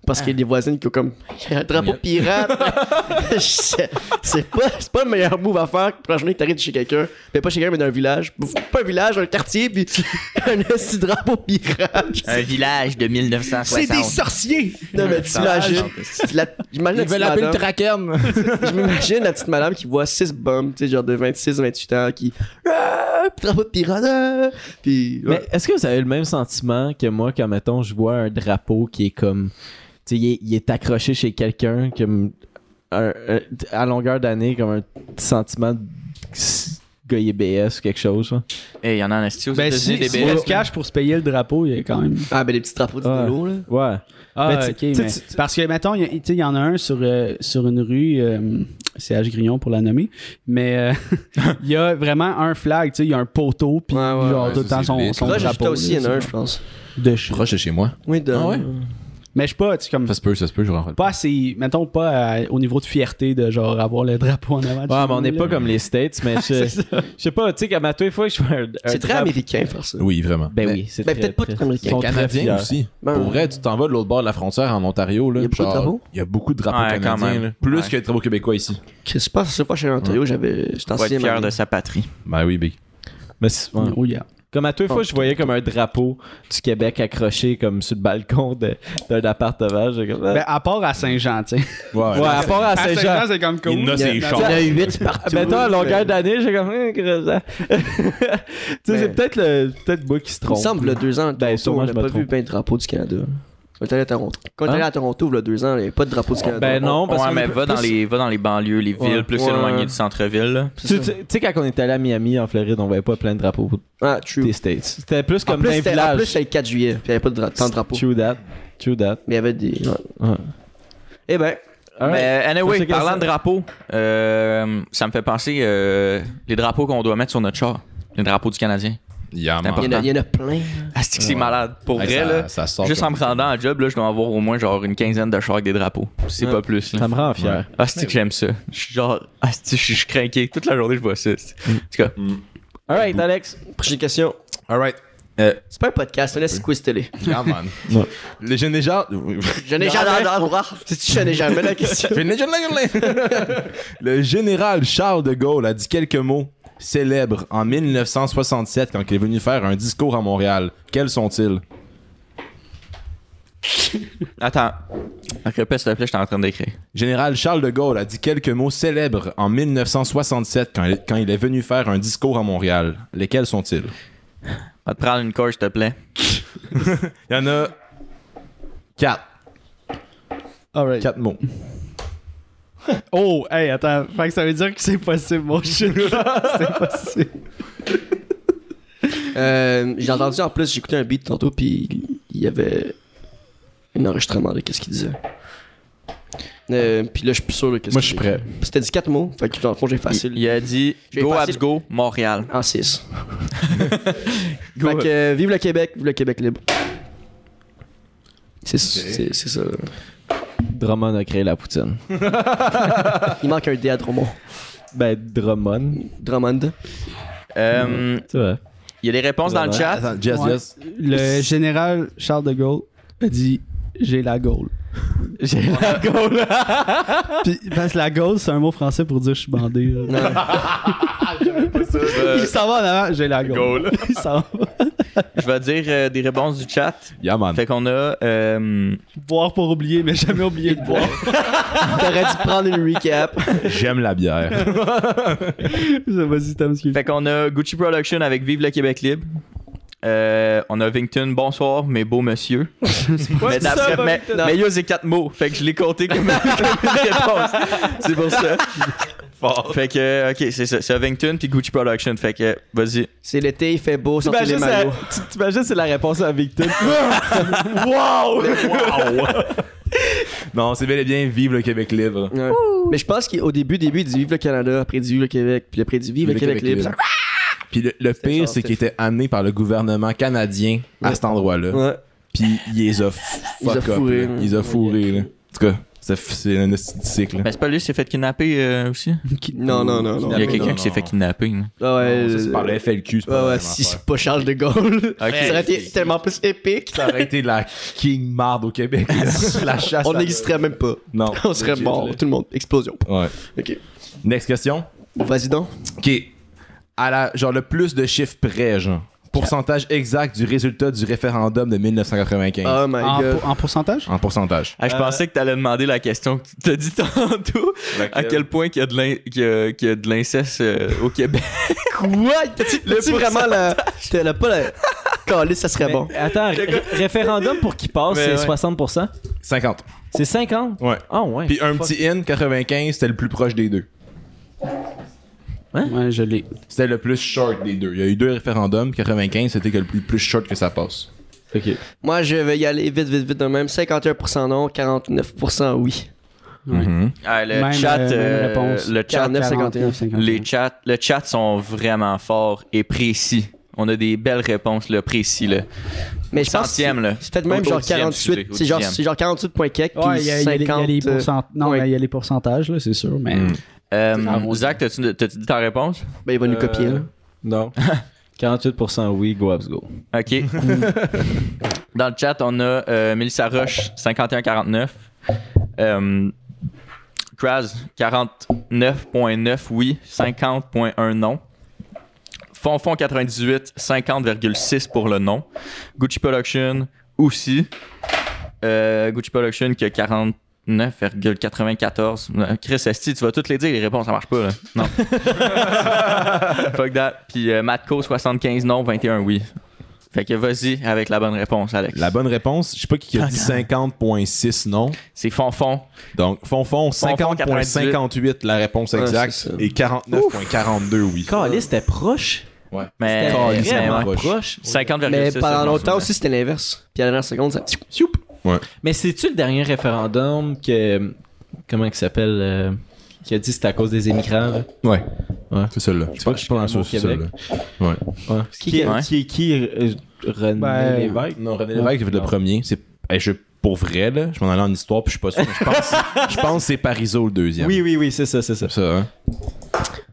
[SPEAKER 2] Parce qu'il y a des voisines qui ont comme, il y a un drapeau pirate. (laughs) Je sais- c'est pas, c'est pas le meilleur move à faire pour la journée que t'arrives chez quelqu'un. Mais pas chez quelqu'un, mais d'un village. Pas un village, un quartier, puis (laughs) un petit drapeau pirate.
[SPEAKER 5] Un village de 1960.
[SPEAKER 3] sorciers!
[SPEAKER 2] Non, mais t'imagines. tu la- J'imagine la petite madame. Je m'imagine la petite madame qui voit 6 bombes, tu sais, genre de 26, 28 ans, qui. Ah, drapeau de pirate. ah. Puis. ouais.
[SPEAKER 7] Mais est-ce que vous avez le même sentiment que moi quand, mettons, je vois un drapeau qui est comme. Tu sais, il est, il est accroché chez quelqu'un, comme. un- un- à longueur d'année, comme un petit sentiment de gars BS ou quelque chose. hein.
[SPEAKER 5] Eh, il y en a en esti aux
[SPEAKER 3] Ben,
[SPEAKER 5] États-Unis,
[SPEAKER 3] si,
[SPEAKER 5] des
[SPEAKER 3] si on
[SPEAKER 5] BS.
[SPEAKER 3] se cache pour se payer le drapeau, il y a quand même.
[SPEAKER 2] Ah, ben les petits drapeaux du
[SPEAKER 7] Ah.
[SPEAKER 2] vélo, là.
[SPEAKER 7] Ouais.
[SPEAKER 3] Ah,
[SPEAKER 7] Mais tu-
[SPEAKER 3] ok,
[SPEAKER 7] tu-
[SPEAKER 3] mais-
[SPEAKER 7] tu- tu-
[SPEAKER 3] Parce que, mettons, il y a- tu sais, il y en a un sur, euh, sur une rue, euh, c'est H. Grillon pour la nommer, mais euh, (laughs) il y a vraiment un flag, tu sais, il y a un poteau, puis
[SPEAKER 2] Ouais, ouais,
[SPEAKER 3] genre
[SPEAKER 6] ouais,
[SPEAKER 3] tout le
[SPEAKER 6] ça,
[SPEAKER 3] temps
[SPEAKER 6] c'est
[SPEAKER 3] son,
[SPEAKER 6] laid.
[SPEAKER 3] son
[SPEAKER 2] Là, j'ai
[SPEAKER 3] drapeau.
[SPEAKER 2] acheté aussi, il y en a
[SPEAKER 3] là,
[SPEAKER 2] un, je pense.
[SPEAKER 3] c'est- De chez-
[SPEAKER 6] Proche de chez moi.
[SPEAKER 2] Oui, de.
[SPEAKER 6] Ah ouais?
[SPEAKER 3] Mais je sais pas, tu sais, comme.
[SPEAKER 6] Ça se peut, ça se peut, je vous rappelle.
[SPEAKER 3] Pas assez, mettons, pas euh, au niveau de fierté de genre avoir le drapeau en avant. de
[SPEAKER 7] Ouais,
[SPEAKER 3] chez
[SPEAKER 7] mais on
[SPEAKER 3] nous,
[SPEAKER 7] n'est
[SPEAKER 3] là.
[SPEAKER 7] pas comme les States,
[SPEAKER 2] (laughs)
[SPEAKER 7] mais je, je sais pas, tu sais, comme à tous les fois que je vois un. un
[SPEAKER 2] C'est très
[SPEAKER 7] drapeau-
[SPEAKER 2] américain, faire ça.
[SPEAKER 6] Oui, vraiment.
[SPEAKER 7] Ben
[SPEAKER 2] Mais-
[SPEAKER 7] oui, c'est
[SPEAKER 2] Ben,
[SPEAKER 7] très,
[SPEAKER 2] peut-être pas
[SPEAKER 7] très-
[SPEAKER 2] tout américain.
[SPEAKER 7] ils sont très
[SPEAKER 6] Canadien
[SPEAKER 7] fiers.
[SPEAKER 6] aussi.
[SPEAKER 2] Ben,
[SPEAKER 6] Pour vrai, tu t'en vas de l'autre bord de la frontière en Ontario.
[SPEAKER 2] Il
[SPEAKER 6] Là,
[SPEAKER 2] y a beaucoup de
[SPEAKER 6] genre,
[SPEAKER 2] drapeaux?
[SPEAKER 6] Il y a beaucoup de drapeaux
[SPEAKER 5] Ouais, quand
[SPEAKER 6] canadiens.
[SPEAKER 5] même.
[SPEAKER 6] là. Plus
[SPEAKER 5] Ouais.
[SPEAKER 6] que de drapeaux québécois ici.
[SPEAKER 2] Je sais pas, c'est pas chez l'Ontario, j'avais. J'étais en
[SPEAKER 5] Faut être
[SPEAKER 2] sixième
[SPEAKER 5] fier
[SPEAKER 2] année. (laughs)
[SPEAKER 5] de sa patrie.
[SPEAKER 6] Ben oui, big.
[SPEAKER 7] Mais c'est- ouais.
[SPEAKER 3] Oh, yeah.
[SPEAKER 7] Comme à tous les fois, je voyais comme un drapeau du Québec accroché comme sur le balcon de- d'un appartement. j'étais comme, ah.
[SPEAKER 3] Ben, à part à Saint-Jean, tu sais.
[SPEAKER 6] Ouais,
[SPEAKER 7] ouais, à part à
[SPEAKER 3] À
[SPEAKER 7] Saint-Jean.
[SPEAKER 3] c'est comme cool.
[SPEAKER 6] Il y en a, c'est
[SPEAKER 3] Il y en a-
[SPEAKER 6] chaud.
[SPEAKER 2] Il y en a 8 partout.
[SPEAKER 7] Mettons, Ah, ben, à longueur d'année, j'ai comme. Hum, (laughs) gros, ça. tu sais,
[SPEAKER 2] Mais-
[SPEAKER 7] c'est peut-être le peut-être moi qui se
[SPEAKER 2] Il me
[SPEAKER 7] trompe.
[SPEAKER 2] semble, il y a deux ans, à
[SPEAKER 7] Ben,
[SPEAKER 2] Toronto,
[SPEAKER 7] sûrement,
[SPEAKER 2] on
[SPEAKER 7] je
[SPEAKER 2] n'a
[SPEAKER 7] me
[SPEAKER 2] pas vu
[SPEAKER 7] trompe. Hein?
[SPEAKER 2] ben de drapeau du Canada. Quand t'es allé à Toronto. Quand t'es allé à Toronto, il y a deux ans, il n'y avait pas de drapeau du Canada.
[SPEAKER 7] Ben non, parce
[SPEAKER 5] Ouais,
[SPEAKER 7] qu'on
[SPEAKER 5] mais
[SPEAKER 7] est
[SPEAKER 5] va dans,
[SPEAKER 7] plus-
[SPEAKER 5] les, va dans les banlieues, les villes
[SPEAKER 7] Ouais.
[SPEAKER 5] plus
[SPEAKER 2] Ouais.
[SPEAKER 5] éloignées du centre-ville. là.
[SPEAKER 7] Tu tu- tu sais, quand on était allé à Miami, en Floride, on voyait pas plein de drapeaux
[SPEAKER 2] Ah,
[SPEAKER 7] des
[SPEAKER 2] true.
[SPEAKER 7] States. C'était plus
[SPEAKER 2] En
[SPEAKER 7] comme
[SPEAKER 2] plus,
[SPEAKER 7] d'un
[SPEAKER 2] c'était- en plus,
[SPEAKER 7] village.
[SPEAKER 2] c'était le 4 juillet, puis il n'y avait pas de dra- tant de drapeaux.
[SPEAKER 7] True that. True that.
[SPEAKER 2] Mais il y avait des. ouais.
[SPEAKER 7] Ouais.
[SPEAKER 2] Eh ben,
[SPEAKER 5] Mais
[SPEAKER 7] Je
[SPEAKER 5] anyway,
[SPEAKER 7] sais que
[SPEAKER 5] parlant
[SPEAKER 7] ça-
[SPEAKER 5] de drapeaux, euh, ça me fait penser euh, les drapeaux qu'on doit mettre sur notre char. Les drapeaux du Canadien.
[SPEAKER 6] Yeah, man.
[SPEAKER 5] N'importe
[SPEAKER 2] il y, en a- il y en a plein.
[SPEAKER 5] Ah, c'est que c'est malade. Pour
[SPEAKER 6] Hey,
[SPEAKER 5] vrai,
[SPEAKER 6] ça-
[SPEAKER 5] là,
[SPEAKER 6] ça sort
[SPEAKER 5] juste en
[SPEAKER 6] comme-
[SPEAKER 5] me rendant à job, là, je dois avoir au moins genre une quinzaine de chars avec des drapeaux. C'est pas plus. là.
[SPEAKER 7] Ça me rend fier.
[SPEAKER 5] Ah, c'est que j'aime ça. Je suis genre, ah, c'est que je suis craqué. Toute la journée, je vois ça. c'est- En tout cas,
[SPEAKER 2] Mm.
[SPEAKER 7] Alright, Alex.
[SPEAKER 2] Prochaine question.
[SPEAKER 6] Alright. Euh,
[SPEAKER 2] C'est pas un podcast, on laisse quiz télé.
[SPEAKER 6] yeah, man. Les jeunes déjà.
[SPEAKER 2] Je n'ai jamais d'endroit. Si tu n'ai jamais
[SPEAKER 7] (laughs)
[SPEAKER 2] la question.
[SPEAKER 6] (laughs) Le général Charles de Gaulle a dit quelques mots célèbres en 1967 quand il est venu faire un discours à Montréal. Quels sont-ils?
[SPEAKER 5] attends. Répète, s'il te plaît, j'étais en train d'écrire.
[SPEAKER 6] Général Charles de Gaulle a dit quelques mots célèbres en 1967 quand il, quand il est venu faire un discours à Montréal. Lesquels sont-ils?
[SPEAKER 5] Va te prendre une corde, s'il te plaît.
[SPEAKER 6] Il y en a quatre.
[SPEAKER 3] Alright.
[SPEAKER 6] Quatre mots.
[SPEAKER 3] Oh, hey, attends. Fait que ça veut dire que c'est possible, mon chien. c'est possible.
[SPEAKER 2] Euh, j'ai entendu en plus, j'écoutais un beat tantôt, puis il y avait un enregistrement de qu'est-ce qu'il disait. Euh, puis là, je suis plus sûr de qu'est-ce
[SPEAKER 6] Moi, je suis
[SPEAKER 2] qu'il-
[SPEAKER 6] prêt.
[SPEAKER 2] C'était dit quatre mots, fait que dans le fond, j'ai facile.
[SPEAKER 5] Il a dit
[SPEAKER 2] J'ai
[SPEAKER 5] Go
[SPEAKER 2] facile.
[SPEAKER 5] Abs Go, Montréal.
[SPEAKER 7] (laughs)
[SPEAKER 2] En 6. fait que euh, vive le Québec, vive le Québec libre. C'est c'est- c'est ça.
[SPEAKER 7] Drummond a créé la poutine.
[SPEAKER 2] Il manque un D à Drummond.
[SPEAKER 7] Ben, Drummond.
[SPEAKER 2] Drummond.
[SPEAKER 5] Euh,
[SPEAKER 7] Tu vois.
[SPEAKER 5] il y a des réponses dans le
[SPEAKER 7] Ouais.
[SPEAKER 5] chat.
[SPEAKER 6] Attends, Jess,
[SPEAKER 3] Ouais.
[SPEAKER 6] Jess.
[SPEAKER 3] Le général Charles de Gaulle a dit J'ai la Gaulle.
[SPEAKER 7] J'ai la gaule.
[SPEAKER 3] (laughs) Puis, parce que la Gaulle, c'est un mot français pour dire je suis bandé. là.
[SPEAKER 5] Euh,
[SPEAKER 3] Il s'en va en avant, j'ai la Gaulle. (laughs) Il s'en va.
[SPEAKER 5] je vais dire euh, des réponses du chat.
[SPEAKER 6] Yeah, man.
[SPEAKER 5] Fait qu'on a. euh,
[SPEAKER 3] Boire pour oublier, mais jamais oublier de boire.
[SPEAKER 2] T'aurais dû prendre une recap.
[SPEAKER 6] J'aime la bière.
[SPEAKER 3] Vas-y, Tom, excuse.
[SPEAKER 5] fait qu'on a Gucci Production avec Vive le Québec libre. Euh, on a Vington, bonsoir, mes beaux monsieur.
[SPEAKER 6] (laughs)
[SPEAKER 5] mais d'après, mais, mais il y a ces quatre mots. Fait que je l'ai compté comme comme une (laughs) réponse. C'est pour ça. Fait que, euh, ok, c'est ça. C'est Vington puis Gucci Production. Fait que, vas-y.
[SPEAKER 2] C'est l'été, il fait beau,
[SPEAKER 1] Ben,
[SPEAKER 2] sortez les
[SPEAKER 7] T'imagines, c'est
[SPEAKER 2] maillots.
[SPEAKER 7] la- tu- t'imagines, c'est la réponse à Victor.
[SPEAKER 6] (laughs) non, c'est bel et bien Vive le Québec libre.
[SPEAKER 2] Ouais. Mais je pense qu'au début, début, il dit vive le Canada, après il dit vive le Québec, puis après il dit vive le Québec libre.
[SPEAKER 6] Puis le, le
[SPEAKER 2] C'est
[SPEAKER 6] pire,
[SPEAKER 2] ça,
[SPEAKER 6] c'est
[SPEAKER 2] c'est
[SPEAKER 6] qu'il était amené par le gouvernement canadien à
[SPEAKER 2] Ouais.
[SPEAKER 6] cet endroit-là.
[SPEAKER 2] Ouais.
[SPEAKER 6] Puis il les a f-
[SPEAKER 2] Ils
[SPEAKER 6] fuck
[SPEAKER 2] ont
[SPEAKER 6] up,
[SPEAKER 2] fourré,
[SPEAKER 6] là.
[SPEAKER 2] ouais.
[SPEAKER 6] Ils ont fourré, là. En tout cas, c'est- c'est un petit cycle.
[SPEAKER 5] Mais c'est pas lui qui s'est fait kidnapper euh, aussi.
[SPEAKER 2] Non, non, non, non.
[SPEAKER 5] Il y a
[SPEAKER 6] Non,
[SPEAKER 5] quelqu'un
[SPEAKER 6] non,
[SPEAKER 5] qui s'est
[SPEAKER 6] non.
[SPEAKER 5] fait kidnapper. là.
[SPEAKER 2] Ah ouais,
[SPEAKER 6] Ça, c'est
[SPEAKER 2] euh,
[SPEAKER 6] par le FLQ, c'est pas
[SPEAKER 2] Ouais,
[SPEAKER 6] la
[SPEAKER 2] ouais,
[SPEAKER 6] même
[SPEAKER 2] si
[SPEAKER 6] affaire.
[SPEAKER 2] c'est pas Charles de Gaulle, ça aurait été tellement plus épique.
[SPEAKER 6] Ça aurait été de la king marde au Québec. (laughs) la chasse.
[SPEAKER 2] On
[SPEAKER 6] à-
[SPEAKER 2] n'existerait même pas. (laughs)
[SPEAKER 6] Non.
[SPEAKER 2] On serait
[SPEAKER 6] legit,
[SPEAKER 2] mort,
[SPEAKER 6] là.
[SPEAKER 2] tout le monde. Explosion.
[SPEAKER 6] Ouais.
[SPEAKER 2] Ok.
[SPEAKER 6] Next question.
[SPEAKER 2] Vas-y donc.
[SPEAKER 6] OK. À la, genre le plus de chiffres près, genre. Pourcentage exact du résultat du référendum de 1995.
[SPEAKER 2] Oh my
[SPEAKER 3] En,
[SPEAKER 2] god.
[SPEAKER 3] Ah, pour- en pourcentage
[SPEAKER 6] En pourcentage.
[SPEAKER 5] Ah, je pensais que t'allais demander la question que tu t'as dit tantôt. À quel point qu'il y a de l'in- qu'il y a- qu'il y a de l'inceste euh, au (laughs) Québec.
[SPEAKER 2] Quoi T'as-tu t'as-tu vraiment la. T'as la- pas la. Calice, ça serait bon.
[SPEAKER 7] Attends, ré- référendum pour qu'il passe,
[SPEAKER 5] Mais
[SPEAKER 7] c'est
[SPEAKER 5] ouais.
[SPEAKER 7] 60%.
[SPEAKER 6] 50.
[SPEAKER 7] C'est 50?
[SPEAKER 6] Ouais.
[SPEAKER 7] Ah ouais.
[SPEAKER 6] Puis un
[SPEAKER 7] Fuck.
[SPEAKER 6] petit in, 95, c'était le plus proche des deux.
[SPEAKER 3] Ouais, je l'ai.
[SPEAKER 6] C'était le plus short des deux. Il y a eu deux référendums. 95, c'était que le plus, plus short que ça passe.
[SPEAKER 2] Moi, je vais y aller vite, vite, vite de même. 51% non, 49% oui.
[SPEAKER 6] Mm-hmm.
[SPEAKER 5] Ah, le
[SPEAKER 3] Même,
[SPEAKER 5] chat,
[SPEAKER 3] euh, même
[SPEAKER 5] euh,
[SPEAKER 3] réponse.
[SPEAKER 5] le chat,
[SPEAKER 2] 49,
[SPEAKER 3] 49, 51.
[SPEAKER 5] les chats, le chat sont vraiment forts et précis. On a des belles réponses là, précis là.
[SPEAKER 2] Mais je pense. que
[SPEAKER 5] Centième là.
[SPEAKER 2] C'est peut-être même
[SPEAKER 5] Au- au
[SPEAKER 2] genre
[SPEAKER 5] dixième,
[SPEAKER 2] 48.
[SPEAKER 5] excusez, au
[SPEAKER 2] C'est genre,
[SPEAKER 5] dixième.
[SPEAKER 2] c'est genre 48 points cake, puis
[SPEAKER 3] Ouais, il y a, il y a les- il y a
[SPEAKER 2] 50.
[SPEAKER 3] les
[SPEAKER 2] euh,
[SPEAKER 3] pourcent- non,
[SPEAKER 2] ouais.
[SPEAKER 3] mais il y a les pourcentages, là, c'est sûr. Mais
[SPEAKER 6] Mm.
[SPEAKER 5] Euh, Zach, t'as-tu t'as-tu dit ta réponse?
[SPEAKER 2] Ben, il va nous copier,
[SPEAKER 5] Euh,
[SPEAKER 2] là.
[SPEAKER 7] Non. 48% oui, go Habs go.
[SPEAKER 5] OK.
[SPEAKER 3] (laughs)
[SPEAKER 5] Dans le chat, on a euh, Mélissa Roche, 51-49. Euh, Kraz, 49.9 oui, 50.1 non. Fonfon 98, 50,6 pour le non. Gucci Production aussi. Euh, Gucci Production qui a 49,94. Euh, Chris Esti, tu vas toutes les dire, les réponses, ça marche pas là. Non. Fuck that. Puis euh, Matco 75 non, 21 oui. Fait que vas-y avec la bonne réponse, Alex.
[SPEAKER 6] La bonne réponse, je sais pas qui a dit 50.6 non.
[SPEAKER 5] C'est Fonfon.
[SPEAKER 6] Donc, Fonfon,
[SPEAKER 5] Fonfon,
[SPEAKER 6] 50.58 la réponse
[SPEAKER 2] Ouais,
[SPEAKER 6] exacte
[SPEAKER 2] c'est ça.
[SPEAKER 6] et 49.42 oui.
[SPEAKER 7] Calais, c'était proche.
[SPEAKER 5] Mais,
[SPEAKER 7] C'était
[SPEAKER 5] mais
[SPEAKER 7] vraiment
[SPEAKER 5] ouais.
[SPEAKER 7] proche.
[SPEAKER 6] proche.
[SPEAKER 5] 50,6,
[SPEAKER 2] Mais pendant
[SPEAKER 5] c'est bon,
[SPEAKER 2] longtemps
[SPEAKER 5] ça.
[SPEAKER 2] aussi, c'était l'inverse. Puis à la dernière seconde, ça. Soup.
[SPEAKER 7] Mais c'est-tu le dernier référendum que. Comment il s'appelle euh, Qui a dit que c'était à cause des émigrants, là?
[SPEAKER 6] Ouais.
[SPEAKER 7] Ouais.
[SPEAKER 6] C'est celle-là. Tu vois que je suis pas dans la
[SPEAKER 7] Au
[SPEAKER 6] sauce, c'est
[SPEAKER 7] Québec.
[SPEAKER 6] celle-là.
[SPEAKER 7] Ouais. Qui, qui,
[SPEAKER 5] Ouais.
[SPEAKER 7] qui, qui, euh, René
[SPEAKER 3] Ben,
[SPEAKER 7] Lévesque?
[SPEAKER 6] Non, René Lévesque, qui a fait le premier. C'est... eh, je... Pour vrai, là, je m'en allais en histoire, puis je suis pas sûr. mais Je (laughs) pense, je pense que c'est Parizeau le deuxième.
[SPEAKER 7] Oui, oui, oui, c'est ça, c'est ça.
[SPEAKER 6] C'est ça, hein?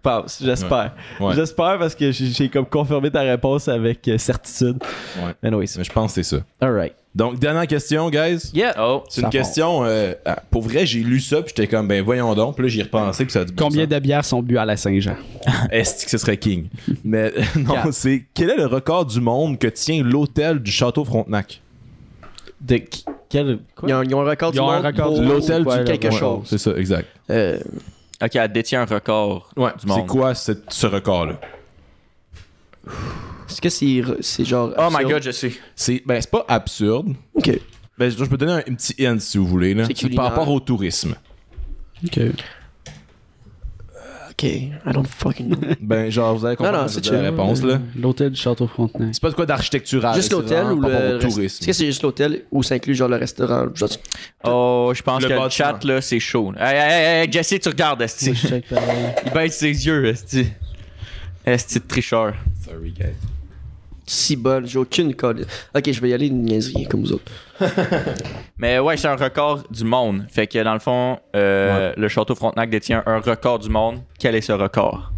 [SPEAKER 7] Passe, j'espère.
[SPEAKER 6] Ouais. Ouais.
[SPEAKER 7] J'espère parce que j'ai j'ai comme confirmé ta réponse avec euh, certitude.
[SPEAKER 6] Ouais.
[SPEAKER 7] Anyways,
[SPEAKER 6] Mais je pense que c'est ça.
[SPEAKER 7] all right.
[SPEAKER 6] Donc, dernière question, guys.
[SPEAKER 5] Yeah. Oh.
[SPEAKER 3] Ça
[SPEAKER 6] C'est une
[SPEAKER 3] part.
[SPEAKER 6] question. euh, ah, pour vrai, j'ai lu ça, puis j'étais comme, ben voyons donc. Puis là, j'y ai repensé, puis ça a du bon
[SPEAKER 3] Combien
[SPEAKER 6] sens.
[SPEAKER 3] de bières sont bues à la Saint-Jean
[SPEAKER 6] Est-ce que ce serait King? Mais euh, non, c'est. Quel est le record du monde que tient l'hôtel du Château Frontenac?
[SPEAKER 7] De qui- quel.
[SPEAKER 2] Ils ont, ils ont un record
[SPEAKER 3] Ils
[SPEAKER 2] du
[SPEAKER 3] ont un
[SPEAKER 2] monde
[SPEAKER 3] record
[SPEAKER 2] pour
[SPEAKER 3] du monde.
[SPEAKER 6] L'hôtel
[SPEAKER 3] Ouais,
[SPEAKER 6] du
[SPEAKER 2] Oh, quelque
[SPEAKER 6] ouais,
[SPEAKER 2] chose.
[SPEAKER 6] C'est ça, exact.
[SPEAKER 2] Euh,
[SPEAKER 5] Ok, elle détient un record du monde.
[SPEAKER 6] C'est quoi cette- ce record-là?
[SPEAKER 2] Est-ce que c'est c'est genre.
[SPEAKER 5] Oh my
[SPEAKER 2] absurde?
[SPEAKER 5] god, je sais.
[SPEAKER 6] C'est ben, c'est pas absurde.
[SPEAKER 2] Ok.
[SPEAKER 6] Ben, je je peux donner un, un petit hint si vous voulez. là.
[SPEAKER 2] C'est
[SPEAKER 6] C'est par
[SPEAKER 2] culinaire.
[SPEAKER 6] rapport au tourisme.
[SPEAKER 3] Ok.
[SPEAKER 2] Ok. I don't fucking know.
[SPEAKER 6] Ben, genre, vous allez comprendre
[SPEAKER 2] Non, non,
[SPEAKER 6] c'est
[SPEAKER 2] c'est
[SPEAKER 6] la
[SPEAKER 2] chill.
[SPEAKER 6] réponse, là.
[SPEAKER 3] L'hôtel du château Frontenac.
[SPEAKER 6] C'est pas de quoi
[SPEAKER 5] Ah,
[SPEAKER 6] d'architectural.
[SPEAKER 2] juste
[SPEAKER 6] là, c'est
[SPEAKER 2] l'hôtel
[SPEAKER 6] vraiment
[SPEAKER 2] ou
[SPEAKER 6] pas pour
[SPEAKER 2] le. rest- Est-ce
[SPEAKER 6] tourisme.
[SPEAKER 2] que c'est juste l'hôtel ou s'inclut genre le restaurant genre,
[SPEAKER 5] Oh, je pense
[SPEAKER 6] Le
[SPEAKER 5] que le
[SPEAKER 6] bâtiment.
[SPEAKER 5] chat, là, c'est chaud. Hey, hey, hey, hey, Jesse, tu regardes,
[SPEAKER 3] Moi, (laughs)
[SPEAKER 5] Esti.
[SPEAKER 3] je check pareil.
[SPEAKER 5] Il baisse ses yeux, Esti. Esti de tricheur.
[SPEAKER 6] Sorry, guys.
[SPEAKER 2] Si bonne, j'ai aucune code. Ok, je vais y aller une niaiserie comme vous autres.
[SPEAKER 5] Mais ouais, c'est un record du monde. Fait que dans le fond, euh, le château Frontenac détient un record du monde. Quel est ce record?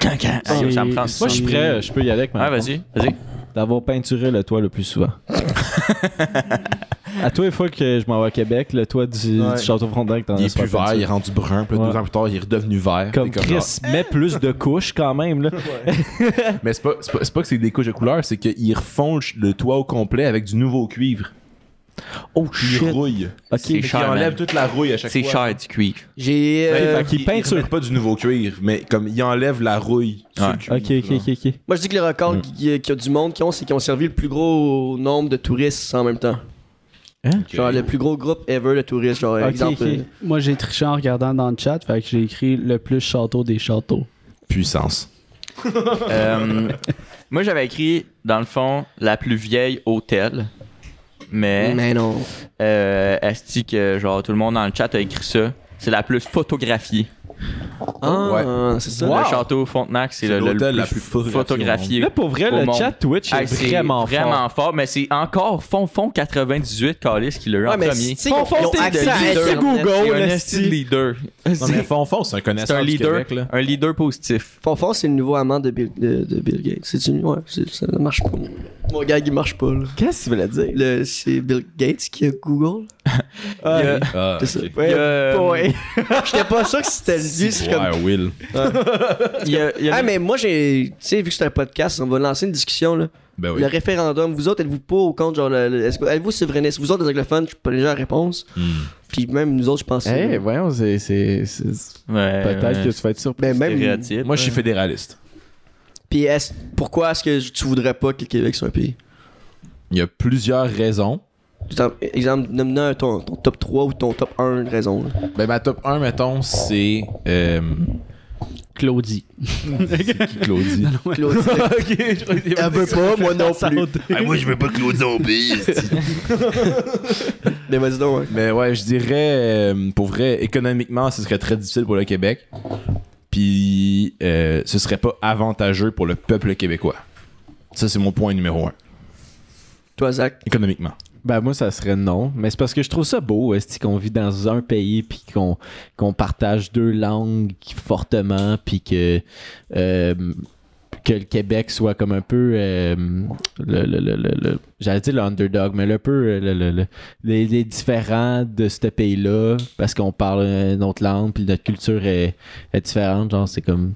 [SPEAKER 5] Can, can. Aïe,
[SPEAKER 3] C'est-
[SPEAKER 5] ça me prend.
[SPEAKER 3] Moi,
[SPEAKER 5] Ouais,
[SPEAKER 7] Moi, je suis prêt, je peux y aller avec ma réponse.
[SPEAKER 5] vas-y, vas-y.
[SPEAKER 7] D'avoir peinturé le toit le plus souvent. (laughs) à tous les fois que je m'en vais à Québec, le toit du,
[SPEAKER 6] Ouais.
[SPEAKER 7] du Château Frontenac, t'en
[SPEAKER 6] Il
[SPEAKER 7] as
[SPEAKER 6] est plus
[SPEAKER 7] pas
[SPEAKER 6] vert, il est rendu brun, puis là,
[SPEAKER 7] Ouais.
[SPEAKER 6] deux ans plus tard, il est redevenu vert.
[SPEAKER 7] Comme
[SPEAKER 6] T'es comme,
[SPEAKER 7] Chris,
[SPEAKER 5] hein?
[SPEAKER 7] mets plus de couches quand même.
[SPEAKER 5] (laughs)
[SPEAKER 7] Là.
[SPEAKER 6] ah. Mais c'est pas, c'est pas, c'est pas que c'est des couches de couleurs, c'est qu'ils refont le ch- le toit au complet avec du nouveau cuivre.
[SPEAKER 7] Oh
[SPEAKER 6] Puis ils rouillent.
[SPEAKER 7] Ok,
[SPEAKER 5] C'est
[SPEAKER 6] Ils
[SPEAKER 5] cher,
[SPEAKER 6] enlèvent
[SPEAKER 5] man.
[SPEAKER 6] toute la rouille à chaque fois.
[SPEAKER 5] C'est cher du cuivre.
[SPEAKER 2] J'ai.
[SPEAKER 6] Ouais,
[SPEAKER 2] euh,
[SPEAKER 7] fait qu'il
[SPEAKER 6] ils-
[SPEAKER 7] peinture.
[SPEAKER 6] Ils remettent pas du nouveau cuivre, mais comme ils enlèvent la rouille. sur
[SPEAKER 5] Ouais.
[SPEAKER 6] le cuivre,
[SPEAKER 7] ok, ok,
[SPEAKER 6] genre.
[SPEAKER 7] ok, ok.
[SPEAKER 2] Moi, je dis que le record qu'il y a- qu'il y a du monde qui ont, c'est qu'ils ont servi le plus gros nombre de touristes en même temps. Genre le plus gros groupe ever de touristes. Genre,
[SPEAKER 7] Hein? Ok,
[SPEAKER 2] exemple.
[SPEAKER 7] ok.
[SPEAKER 2] euh,
[SPEAKER 3] Moi, j'ai triché en regardant dans le chat, fait que j'ai écrit le plus château des châteaux.
[SPEAKER 6] Puissance.
[SPEAKER 5] Euh, moi, j'avais écrit, dans le fond, la plus vieille hôtel. Mais,
[SPEAKER 2] Mais non.
[SPEAKER 5] euh, est-ce que, genre, tout le monde dans le chat a écrit ça? C'est la plus photographiée.
[SPEAKER 2] Ah, c'est ça.
[SPEAKER 5] Le château Frontenac, c'est le, le
[SPEAKER 6] l'hôtel la
[SPEAKER 5] plus
[SPEAKER 6] plus photographiée au
[SPEAKER 5] photographié.
[SPEAKER 7] Là, pour vrai,
[SPEAKER 5] Au
[SPEAKER 7] le
[SPEAKER 5] monde.
[SPEAKER 7] chat Twitch
[SPEAKER 5] Hey,
[SPEAKER 7] est vraiment, fort.
[SPEAKER 5] vraiment fort, mais c'est encore Fond Fond 98 Calis qui l'a eu en premier.
[SPEAKER 2] c'est
[SPEAKER 7] Font- font tes exact, c'est Google,
[SPEAKER 5] un
[SPEAKER 7] là,
[SPEAKER 5] esti de leader.
[SPEAKER 6] Non, mais Fonfon, c'est un
[SPEAKER 5] C'est
[SPEAKER 6] connaisseur
[SPEAKER 5] un
[SPEAKER 6] du
[SPEAKER 5] leader,
[SPEAKER 6] Québec, là.
[SPEAKER 5] un leader positif.
[SPEAKER 2] Fonfon, c'est le nouveau amant de Bill, de, de Bill Gates. C'est une. Ouais, c'est- ça marche pas. Mon gars, il marche pas, là.
[SPEAKER 7] Qu'est-ce que tu voulais dire?
[SPEAKER 2] Le- C'est Bill Gates qui a Google.
[SPEAKER 7] Ah,
[SPEAKER 5] Il y a- euh,
[SPEAKER 6] Ah,
[SPEAKER 2] C'est ça.
[SPEAKER 6] ok.
[SPEAKER 5] il y a-
[SPEAKER 7] ouais.
[SPEAKER 2] J'étais pas sûr que c'était lui. C'est comme.
[SPEAKER 6] Ouais, Will.
[SPEAKER 5] il y a- il y a-
[SPEAKER 2] Ah, mais moi, j'ai. Tu sais, vu que c'est un podcast, on va lancer une discussion, là.
[SPEAKER 6] Ben oui.
[SPEAKER 2] Le référendum, vous autres, êtes-vous pour ou contre, genre, le- le- est-ce que- êtes-vous souverainiste? Vous autres, les anglophones, je suis pas déjà la réponse. Puis même nous autres, je pense.
[SPEAKER 1] Eh,
[SPEAKER 2] euh,
[SPEAKER 1] voyons, c'est. c'est- c'est-
[SPEAKER 5] Ouais,
[SPEAKER 1] Peut-être
[SPEAKER 5] ouais.
[SPEAKER 1] que tu vas être surpris.
[SPEAKER 2] ben, même.
[SPEAKER 5] Stéréotype.
[SPEAKER 6] Moi, je suis fédéraliste.
[SPEAKER 2] Puis est-ce- pourquoi est-ce que tu voudrais pas que le Québec soit un pays?
[SPEAKER 6] Il y a plusieurs raisons.
[SPEAKER 2] T'en- Exemple, nomme-nous ton, ton top 3 ou ton top 1 de raison. là.
[SPEAKER 6] Ben, ma top 1, mettons, c'est. euh,
[SPEAKER 3] Claudie. (laughs)
[SPEAKER 6] qui, Claudie.
[SPEAKER 2] Claude, elle veut pas, moi non plus.
[SPEAKER 6] moi, je veux pas Claudie au pays.
[SPEAKER 2] Mais vas-y donc, hein.
[SPEAKER 6] Mais ouais, je dirais, euh, pour vrai, économiquement, ce serait très difficile pour le Québec. Puis, euh, ce serait pas avantageux pour le peuple québécois. Ça, c'est mon point numéro un,
[SPEAKER 2] Toi, Zach.
[SPEAKER 6] économiquement.
[SPEAKER 1] Ben, moi, ça serait non. Mais c'est parce que je trouve ça beau, est qu'on vit dans un pays, puis qu'on qu'on partage deux langues fortement, puis que. euh, que le Québec soit comme un peu euh, le, le- le- le- le- j'allais dire le underdog mais le peu euh, le- le- le- les, les différents de ce pays là parce qu'on parle euh, une autre langue puis notre culture est, est différente genre c'est comme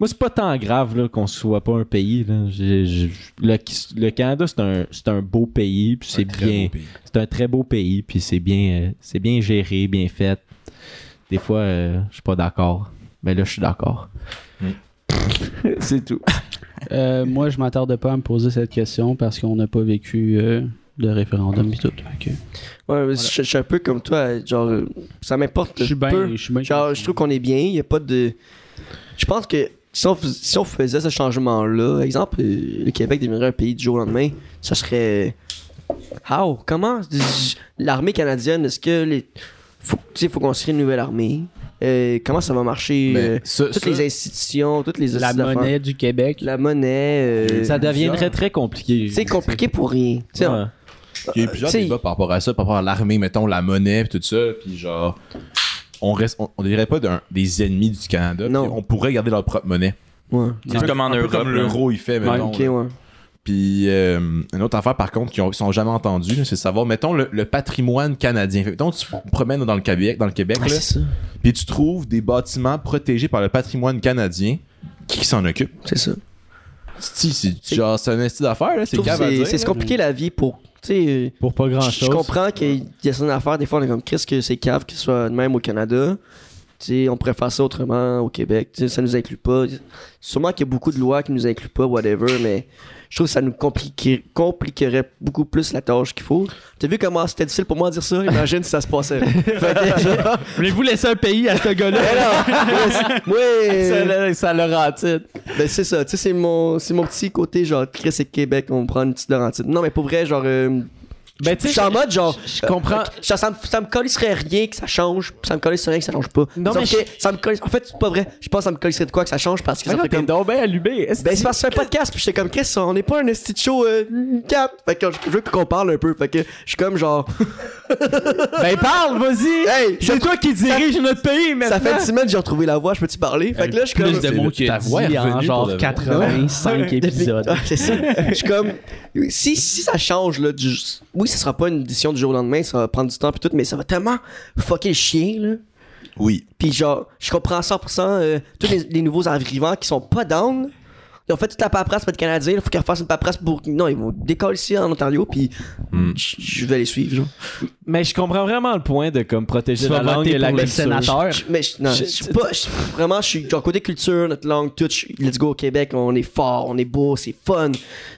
[SPEAKER 1] moi c'est pas tant grave là, qu'on soit pas un pays là. J'ai- j'ai- le, le Canada c'est un c'est un beau pays puis c'est
[SPEAKER 6] très
[SPEAKER 1] bien
[SPEAKER 6] beau pays.
[SPEAKER 1] c'est un très beau pays, puis c'est bien, euh, c'est bien géré, bien fait. Des fois, euh, je suis pas d'accord, mais là, je suis d'accord.
[SPEAKER 7] C'est tout.
[SPEAKER 3] Euh, moi, je m'attarde pas à me poser cette question parce qu'on n'a pas vécu euh, de référendum et tout. Fait que
[SPEAKER 2] Ouais, mais je, je suis un peu comme toi, genre, euh, ça m'importe.
[SPEAKER 3] Je suis bien.
[SPEAKER 2] peu.
[SPEAKER 3] Je suis bien.
[SPEAKER 2] Genre, je trouve qu'on est bien, il n'y a pas de. Je pense que si on, fais- si on faisait ce changement-là, exemple, euh, le Québec deviendrait un pays du jour au lendemain, ça serait. How? Comment? L'armée canadienne, est-ce que les. Faut, tu sais, faut construire une nouvelle armée. Euh, comment ça va marcher? euh,
[SPEAKER 6] Mais Ben, ça-
[SPEAKER 2] toutes
[SPEAKER 6] ça-
[SPEAKER 2] les institutions, toutes les
[SPEAKER 3] La
[SPEAKER 2] affaires.
[SPEAKER 3] monnaie du Québec.
[SPEAKER 2] La monnaie. euh,
[SPEAKER 1] Ça deviendrait très compliqué.
[SPEAKER 2] C'est compliqué pour rien. Tu sais, on-
[SPEAKER 1] Ouais.
[SPEAKER 6] Il y a eu plusieurs
[SPEAKER 2] T'sais,
[SPEAKER 6] débats par rapport à ça, par rapport à l'armée, mettons, la monnaie, pis tout ça, puis genre, on reste, on, on dirait pas d'un- des ennemis du Canada, puis
[SPEAKER 2] Non.
[SPEAKER 6] on pourrait garder leur propre monnaie.
[SPEAKER 2] Ouais.
[SPEAKER 5] C'est comme en
[SPEAKER 6] Un peu
[SPEAKER 5] Europe.
[SPEAKER 6] comme
[SPEAKER 5] là.
[SPEAKER 6] l'euro, il fait, mettons.
[SPEAKER 2] Ok,
[SPEAKER 6] là.
[SPEAKER 2] ouais.
[SPEAKER 6] Puis euh, une autre affaire, par contre, qu'ils ont- ils sont jamais entendus, là, c'est de savoir, mettons, le, le patrimoine canadien. Fait que, mettons, tu te promènes dans le Québec, dans le Québec,
[SPEAKER 2] Ah,
[SPEAKER 6] là,
[SPEAKER 2] c'est ça.
[SPEAKER 6] puis tu trouves des bâtiments protégés par le patrimoine canadien. Qui s'en occupe?
[SPEAKER 2] C'est ça.
[SPEAKER 6] Si, c'est
[SPEAKER 2] C'est-
[SPEAKER 6] genre, c'est un esti d'affaires, là,
[SPEAKER 2] Je
[SPEAKER 6] c'est
[SPEAKER 2] trouve que
[SPEAKER 6] grave à
[SPEAKER 2] C'est
[SPEAKER 6] dire,
[SPEAKER 2] c'est
[SPEAKER 6] là.
[SPEAKER 2] se compliquer la vie pour. Tu sais. euh,
[SPEAKER 1] Pour pas grand
[SPEAKER 2] Je je
[SPEAKER 1] chose.
[SPEAKER 2] comprends qu'il y a certaines affaires, des fois on est comme Chris que c'est cave qu'il soit de même au Canada. Tu sais, on pourrait faire ça autrement au Québec. Tu sais, ça nous inclut pas. Sûrement qu'il y a beaucoup de lois qui nous incluent pas, whatever, mais je trouve que ça nous compliquer- compliquerait beaucoup plus la tâche qu'il faut. T'as vu comment c'était difficile pour moi de dire ça? Imagine si ça se
[SPEAKER 6] (laughs)
[SPEAKER 2] passait. Fait que, genre,
[SPEAKER 7] Voulez-vous laisser un pays à ce gars-là?
[SPEAKER 2] mais non, moi,
[SPEAKER 1] Ça,
[SPEAKER 2] euh,
[SPEAKER 1] là, ça le rend titre.
[SPEAKER 2] ben c'est ça. Tu sais, c'est mon, c'est mon petit côté, genre, Chris et Québec, on prend une petite Laurentide. Non, mais pour vrai, genre, euh,
[SPEAKER 7] Ben,
[SPEAKER 2] je
[SPEAKER 7] tu
[SPEAKER 2] suis
[SPEAKER 7] sais,
[SPEAKER 2] en mode, genre,
[SPEAKER 1] Je comprends.
[SPEAKER 2] ça, ça, me, ça me collisserait rien que ça change, pis ça me collisserait rien que ça change pas.
[SPEAKER 1] Non,
[SPEAKER 2] Sauf
[SPEAKER 1] mais
[SPEAKER 2] que ça me collis- En fait, c'est pas vrai. Je pense que ça me collisserait de quoi que ça change parce que ça fait
[SPEAKER 1] T'es
[SPEAKER 2] comme.
[SPEAKER 1] donc bien allumé. est-ce
[SPEAKER 2] Ben,
[SPEAKER 1] que-
[SPEAKER 2] c'est parce que c'est un podcast, puis j'étais comme, Chris, on n'est pas un esti de show euh, cap. Fait que je je veux qu'on parle un peu. Fait que je suis
[SPEAKER 1] (laughs)
[SPEAKER 2] comme, genre,
[SPEAKER 7] ben parle, vas-y!
[SPEAKER 2] hey,
[SPEAKER 7] C'est toi qui dirige notre pays maintenant!
[SPEAKER 2] ça fait une semaine que j'ai retrouvé la voix, je peux-tu parler? Fait que là, je suis
[SPEAKER 3] Plus
[SPEAKER 2] comme.
[SPEAKER 3] de mots que
[SPEAKER 6] Ta
[SPEAKER 3] t'as
[SPEAKER 6] voix est
[SPEAKER 3] dit en
[SPEAKER 6] revenue pour
[SPEAKER 3] genre
[SPEAKER 6] de vrai.
[SPEAKER 3] 85 épisodes.
[SPEAKER 2] Ah, c'est ça. Je suis comme. Si, si ça change, là, du- oui, ça sera pas une édition du jour au lendemain, ça va prendre du temps, puis tout, mais ça va tellement fucker le chien, là.
[SPEAKER 6] Oui.
[SPEAKER 2] Puis genre, je comprends 100% euh, tous les, les nouveaux arrivants qui sont pas down. Ils ont fait toute la paperasse pour être Canadiens. Il faut qu'ils refassent une paperasse pour... Non, ils vont décoller ici en Ontario, puis je je vais les suivre. Genre.
[SPEAKER 1] Mais je comprends vraiment le point de comme protéger
[SPEAKER 3] Tu
[SPEAKER 1] la
[SPEAKER 3] vas
[SPEAKER 1] langue
[SPEAKER 3] voter
[SPEAKER 1] et la
[SPEAKER 3] pour le
[SPEAKER 1] culture.
[SPEAKER 3] sénateur.
[SPEAKER 2] Je- Mais je- non, je suis pas... je- vraiment, je suis genre côté culture, notre langue, tout. je- let's go au Québec, on est fort, on est beau, c'est fun.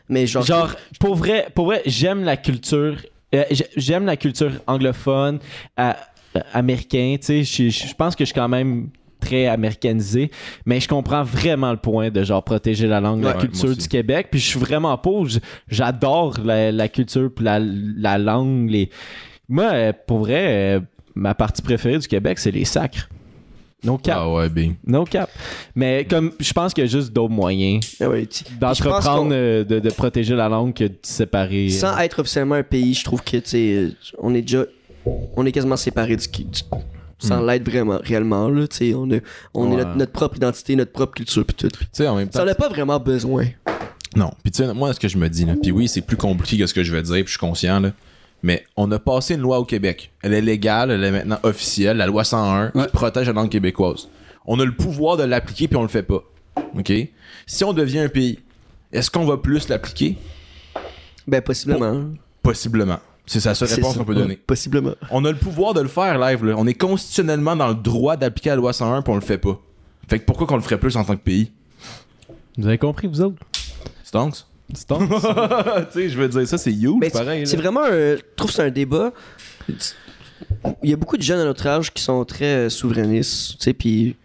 [SPEAKER 2] Mais genre...
[SPEAKER 1] Genre, pour vrai, pour vrai, j'aime la culture. euh, j'ai- j'aime la culture anglophone, à- euh, américain. Tu sais, je- je je pense que je suis quand même très américanisé, mais je comprends vraiment le point de genre protéger la langue, la
[SPEAKER 6] Ouais,
[SPEAKER 1] culture
[SPEAKER 6] moi
[SPEAKER 1] du
[SPEAKER 6] aussi.
[SPEAKER 1] Québec. Puis je suis vraiment pour. J- J'adore la, la culture, puis la, la langue. Les... Moi, euh, pour vrai, euh, ma partie préférée du Québec, c'est les sacres. No cap,
[SPEAKER 6] Ah ouais, bing.
[SPEAKER 1] no cap. Mais comme je pense qu'il y a juste d'autres moyens
[SPEAKER 2] Ah ouais, tu- puis je pense qu'on-
[SPEAKER 1] d'entreprendre euh, de, de protéger la langue que de séparer. euh.
[SPEAKER 2] Sans être officiellement un pays, je trouve que tu sais, euh, on est déjà, on est quasiment séparé du, du- sans l'être vraiment, réellement là. Tu sais, on, est- on est
[SPEAKER 6] Hmm. Ouais.
[SPEAKER 2] notre, notre propre identité, notre propre culture puis tout.
[SPEAKER 6] Tu sais, en même
[SPEAKER 2] Ça
[SPEAKER 6] temps.
[SPEAKER 2] en a pas vraiment besoin.
[SPEAKER 6] Non. Puis tu sais, moi, ce que je me dis, là, puis oui, c'est plus compliqué que ce que je vais dire, puis je suis conscient, là. Mais on a passé une loi au Québec. Elle est légale, elle est maintenant officielle, la loi 101,
[SPEAKER 3] Ouais.
[SPEAKER 6] qui protège la langue québécoise. On a le pouvoir de l'appliquer, puis on le fait pas. OK? Si on devient un pays, est-ce qu'on va plus l'appliquer?
[SPEAKER 2] Ben possiblement.
[SPEAKER 6] Possiblement. C'est ça la seule
[SPEAKER 2] C'est
[SPEAKER 6] réponse
[SPEAKER 2] ça.
[SPEAKER 6] qu'on peut donner.
[SPEAKER 2] Possiblement.
[SPEAKER 6] On a le pouvoir de le faire live, là. On est constitutionnellement dans le droit d'appliquer la loi 101 puis on le fait pas. Fait que pourquoi qu'on le ferait plus en tant que pays?
[SPEAKER 1] Vous avez compris, vous autres?
[SPEAKER 6] Stonks?
[SPEAKER 1] Stonks?
[SPEAKER 6] (laughs) tu sais, je veux dire, ça c'est huge,
[SPEAKER 2] Mais
[SPEAKER 6] pareil.
[SPEAKER 2] Ben, c'est- c'est vraiment, un- je trouve que c'est un débat. Il y a beaucoup de jeunes à notre âge qui sont très euh, souverainistes, tu sais, puis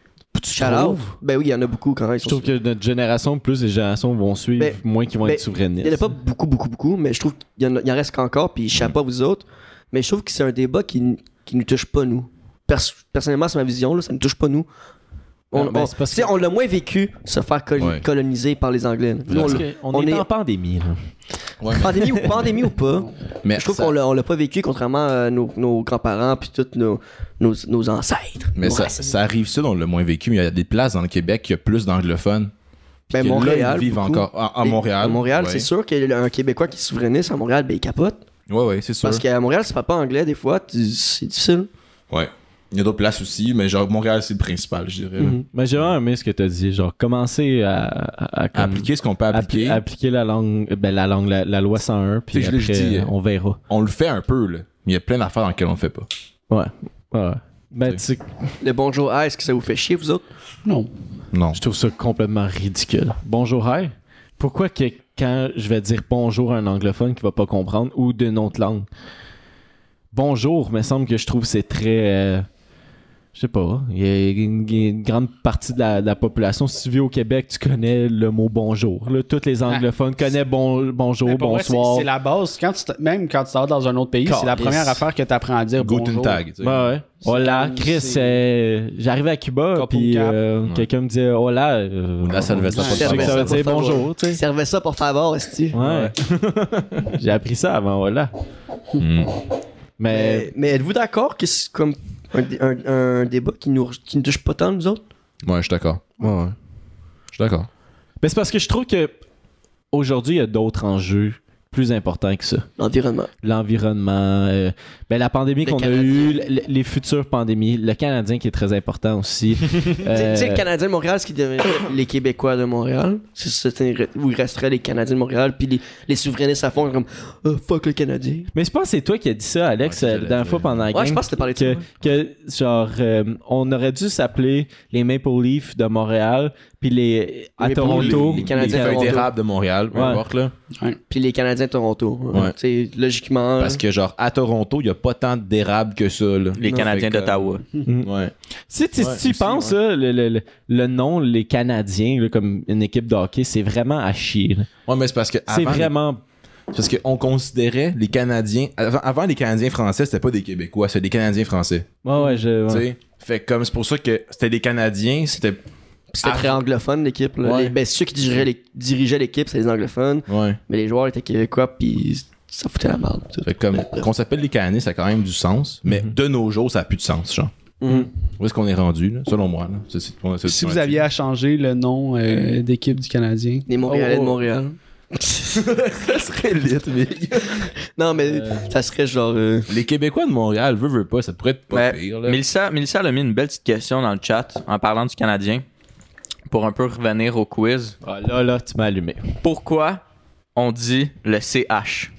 [SPEAKER 2] shout out. Ben oui, il y en a beaucoup quand même. ils
[SPEAKER 1] Je
[SPEAKER 2] sont
[SPEAKER 1] trouve que notre génération, plus les générations vont suivre,
[SPEAKER 2] Mais-
[SPEAKER 1] moins qu'ils vont
[SPEAKER 2] mais-
[SPEAKER 1] être souverainistes.
[SPEAKER 2] Il n'y en a pas beaucoup, beaucoup, beaucoup, mais je trouve qu'il y en, a- il en reste qu'encore, puis je sais pas vous autres, mais je trouve que c'est un débat qui ne nous touche pas, nous. Pers- personnellement, c'est ma vision, là, ça ne touche pas, nous. On,
[SPEAKER 1] Ah, ben,
[SPEAKER 2] on-
[SPEAKER 1] c'est parce
[SPEAKER 2] tu sais,
[SPEAKER 1] que-
[SPEAKER 2] on l'a moins vécu, se faire col-
[SPEAKER 6] Ouais.
[SPEAKER 2] coloniser par les Anglais. là. Nous, on
[SPEAKER 1] Parce
[SPEAKER 2] l'a-
[SPEAKER 1] que on,
[SPEAKER 2] on
[SPEAKER 1] est,
[SPEAKER 2] est-
[SPEAKER 1] en pandémie. Là.
[SPEAKER 2] pandémie, ou, pandémie ou pas,
[SPEAKER 6] mais
[SPEAKER 2] je trouve
[SPEAKER 6] ça-
[SPEAKER 2] qu'on l'a- on l'a pas vécu, contrairement à nos, nos grands-parents, puis tous nos, nos, nos ancêtres.
[SPEAKER 6] mais
[SPEAKER 2] nos
[SPEAKER 6] ça,
[SPEAKER 2] racines.
[SPEAKER 6] ça arrive ça, on l'a moins vécu, mais il y a des places dans le Québec qui a plus d'anglophones.
[SPEAKER 2] Ben,
[SPEAKER 6] que là,
[SPEAKER 2] Montréal.
[SPEAKER 6] ils vivent
[SPEAKER 2] beaucoup.
[SPEAKER 6] encore. À, à
[SPEAKER 2] Et-
[SPEAKER 6] Montréal.
[SPEAKER 2] À Montréal,
[SPEAKER 6] ouais.
[SPEAKER 2] c'est sûr qu'un Québécois qui est souverainiste à Montréal, ben il capote.
[SPEAKER 6] Ouais, ouais, c'est sûr.
[SPEAKER 2] Parce qu'à Montréal, c'est pas pas anglais, des fois, tu- c'est difficile.
[SPEAKER 6] Ouais. Il y a d'autres places aussi, mais genre Montréal c'est le principal, je dirais. là.
[SPEAKER 2] Mm.
[SPEAKER 1] Mhm. Mais j'ai vraiment aimé ce que tu as dit. Genre, commencer à, à- à- comme-
[SPEAKER 6] Appliquer ce qu'on peut
[SPEAKER 1] appli-
[SPEAKER 6] appliquer.
[SPEAKER 1] appliquer la langue, ben, la, langue la, la loi 101, puis
[SPEAKER 6] Tu sais, je l'ai
[SPEAKER 1] après,
[SPEAKER 6] dit,
[SPEAKER 1] euh,
[SPEAKER 6] euh,
[SPEAKER 1] on verra.
[SPEAKER 6] On le fait un peu, là. Il y a plein d'affaires dans lesquelles on le fait pas.
[SPEAKER 1] Ouais. ouais. Ben, tu
[SPEAKER 6] Tu
[SPEAKER 1] sais,
[SPEAKER 2] Le bonjour, ah, est-ce que ça vous fait chier, vous autres?
[SPEAKER 3] Non.
[SPEAKER 6] Non.
[SPEAKER 1] je trouve ça complètement ridicule. Bonjour, hi. Pourquoi que quand je vais dire bonjour à un anglophone qui va pas comprendre ou d'une autre langue, bonjour, me semble que je trouve que c'est très. euh, je sais pas. Il y a une, il y a une grande partie de la, de la population. Si tu vis au Québec, tu connais le mot bonjour. Là, tous les anglophones connaissent bon, bonjour,
[SPEAKER 3] Ah. Mais pour vrai, c'est-
[SPEAKER 1] bonsoir.
[SPEAKER 3] C'est la base. Quand tu t- même quand tu sors dans un autre pays, c'est la
[SPEAKER 1] Calisse.
[SPEAKER 3] première affaire que tu apprends à dire.
[SPEAKER 6] Guten
[SPEAKER 3] bonjour.
[SPEAKER 6] Tag. tu sais.
[SPEAKER 2] Bah,
[SPEAKER 1] Ouais, ouais. Hola,
[SPEAKER 3] comme-
[SPEAKER 1] Chris.
[SPEAKER 3] c'est-
[SPEAKER 1] euh, J'arrivais à Cuba,
[SPEAKER 3] Cap
[SPEAKER 1] puis
[SPEAKER 3] au cap.
[SPEAKER 1] euh,
[SPEAKER 6] Ouais.
[SPEAKER 1] quelqu'un me disait hola. euh,
[SPEAKER 6] Là, ça devait être
[SPEAKER 1] je
[SPEAKER 6] pas
[SPEAKER 1] sais
[SPEAKER 6] de
[SPEAKER 1] que ça
[SPEAKER 6] bon
[SPEAKER 1] veut
[SPEAKER 2] sens.
[SPEAKER 1] dire bonjour, tu sais.
[SPEAKER 2] Servez ça pour favor, esti.
[SPEAKER 1] Ouais. (laughs) J'ai appris ça avant, voilà.
[SPEAKER 6] Mm.
[SPEAKER 1] Mais
[SPEAKER 2] Mais, Euh, mais êtes-vous d'accord que c'est comme un, dé- un- un débat qui nous, re- qui nous touche pas tant, nous autres?
[SPEAKER 6] Ouais, je suis d'accord.
[SPEAKER 1] ouais.
[SPEAKER 6] Je suis d'accord.
[SPEAKER 1] Mais c'est parce que je trouve que aujourd'hui, il y a d'autres enjeux plus important que ça.
[SPEAKER 2] L'environnement.
[SPEAKER 1] L'environnement, euh, ben, la pandémie
[SPEAKER 2] Le
[SPEAKER 1] qu'on a
[SPEAKER 2] Canadien.
[SPEAKER 1] eue, le- les futures pandémies, le Canadien qui est très important aussi.
[SPEAKER 2] (laughs) Tu sais-
[SPEAKER 1] Euh,
[SPEAKER 2] Tu sais, le Canadien de Montréal, ce qui devait (coughs) les Québécois de Montréal, c'est- c'était où il resterait les Canadiens de Montréal, puis les, les souverainistes à fond comme oh, fuck le Canadien.
[SPEAKER 1] Mais je pense que c'est toi qui as dit ça, Alex,
[SPEAKER 6] Ouais, c'est
[SPEAKER 1] euh,
[SPEAKER 6] ça,
[SPEAKER 1] la dernière
[SPEAKER 6] je-
[SPEAKER 1] fois pendant la
[SPEAKER 2] Ouais,
[SPEAKER 1] game,
[SPEAKER 2] je pense que t'as parlé de ça.
[SPEAKER 1] que, que, genre, euh, on aurait dû s'appeler les Maple Leafs de Montréal, puis les à
[SPEAKER 2] Maple
[SPEAKER 1] Toronto.
[SPEAKER 2] Leafs, les Canadiens
[SPEAKER 6] feuilles
[SPEAKER 2] Toronto.
[SPEAKER 6] d'érable de Montréal, peu
[SPEAKER 1] Ouais.
[SPEAKER 6] importe, là.
[SPEAKER 2] Puis les Canadiens de Toronto. hein.
[SPEAKER 6] Ouais.
[SPEAKER 2] Tu sais, logiquement.
[SPEAKER 6] Parce que, genre, à Toronto, il n'y a pas tant d'érable que ça, là.
[SPEAKER 5] Les Canadiens
[SPEAKER 6] Fait que-
[SPEAKER 5] d'Ottawa.
[SPEAKER 6] Ouais.
[SPEAKER 1] Si tu, si
[SPEAKER 6] Ouais,
[SPEAKER 1] tu y
[SPEAKER 6] aussi,
[SPEAKER 1] penses,
[SPEAKER 6] ouais.
[SPEAKER 1] là, le, le- le- le nom, les Canadiens, là, comme une équipe de hockey, c'est vraiment à chier. là.
[SPEAKER 6] Ouais, mais c'est parce que.
[SPEAKER 1] C'est
[SPEAKER 6] avant,
[SPEAKER 1] vraiment.
[SPEAKER 6] c'est Parce qu'on considérait les Canadiens. Avant, avant, les Canadiens français, c'était pas des Québécois, c'était des Canadiens français.
[SPEAKER 1] Ouais, ouais, je. ouais.
[SPEAKER 6] Tu sais? Fait que comme c'est pour ça que c'était les Canadiens, c'était.
[SPEAKER 2] C'était
[SPEAKER 6] Ah.
[SPEAKER 2] très anglophone l'équipe. là.
[SPEAKER 6] Ouais.
[SPEAKER 2] Les- Ben, ceux qui digéraient les- dirigeaient l'équipe, c'est les anglophones,
[SPEAKER 6] Ouais.
[SPEAKER 2] mais les joueurs étaient québécois, puis ça foutait la merde. tout.
[SPEAKER 6] Fait que comme. Qu'on s'appelle les Canadiens, ça a quand même du sens. Mais de nos jours, ça a plus de sens, genre.
[SPEAKER 2] Mhm.
[SPEAKER 6] Où est-ce qu'on est rendu, là? Selon moi, là. Ça, c'est- c'est-
[SPEAKER 3] Si vous aviez à changer le nom euh, d'équipe du Canadien,
[SPEAKER 2] Les Montréalais
[SPEAKER 1] Oh, oh.
[SPEAKER 2] de Montréal. ça serait lit, mais. (laughs) non, mais ça serait genre. euh,
[SPEAKER 6] Les Québécois de Montréal, veut, veut pas, ça pourrait être pas
[SPEAKER 5] Ouais.
[SPEAKER 6] pire, là.
[SPEAKER 5] Mélissa, Mélissa a mis une belle petite question dans le chat en parlant du Canadien pour un peu revenir au quiz.
[SPEAKER 1] Ah, là, là, tu m'as allumé.
[SPEAKER 5] Pourquoi on dit le CH?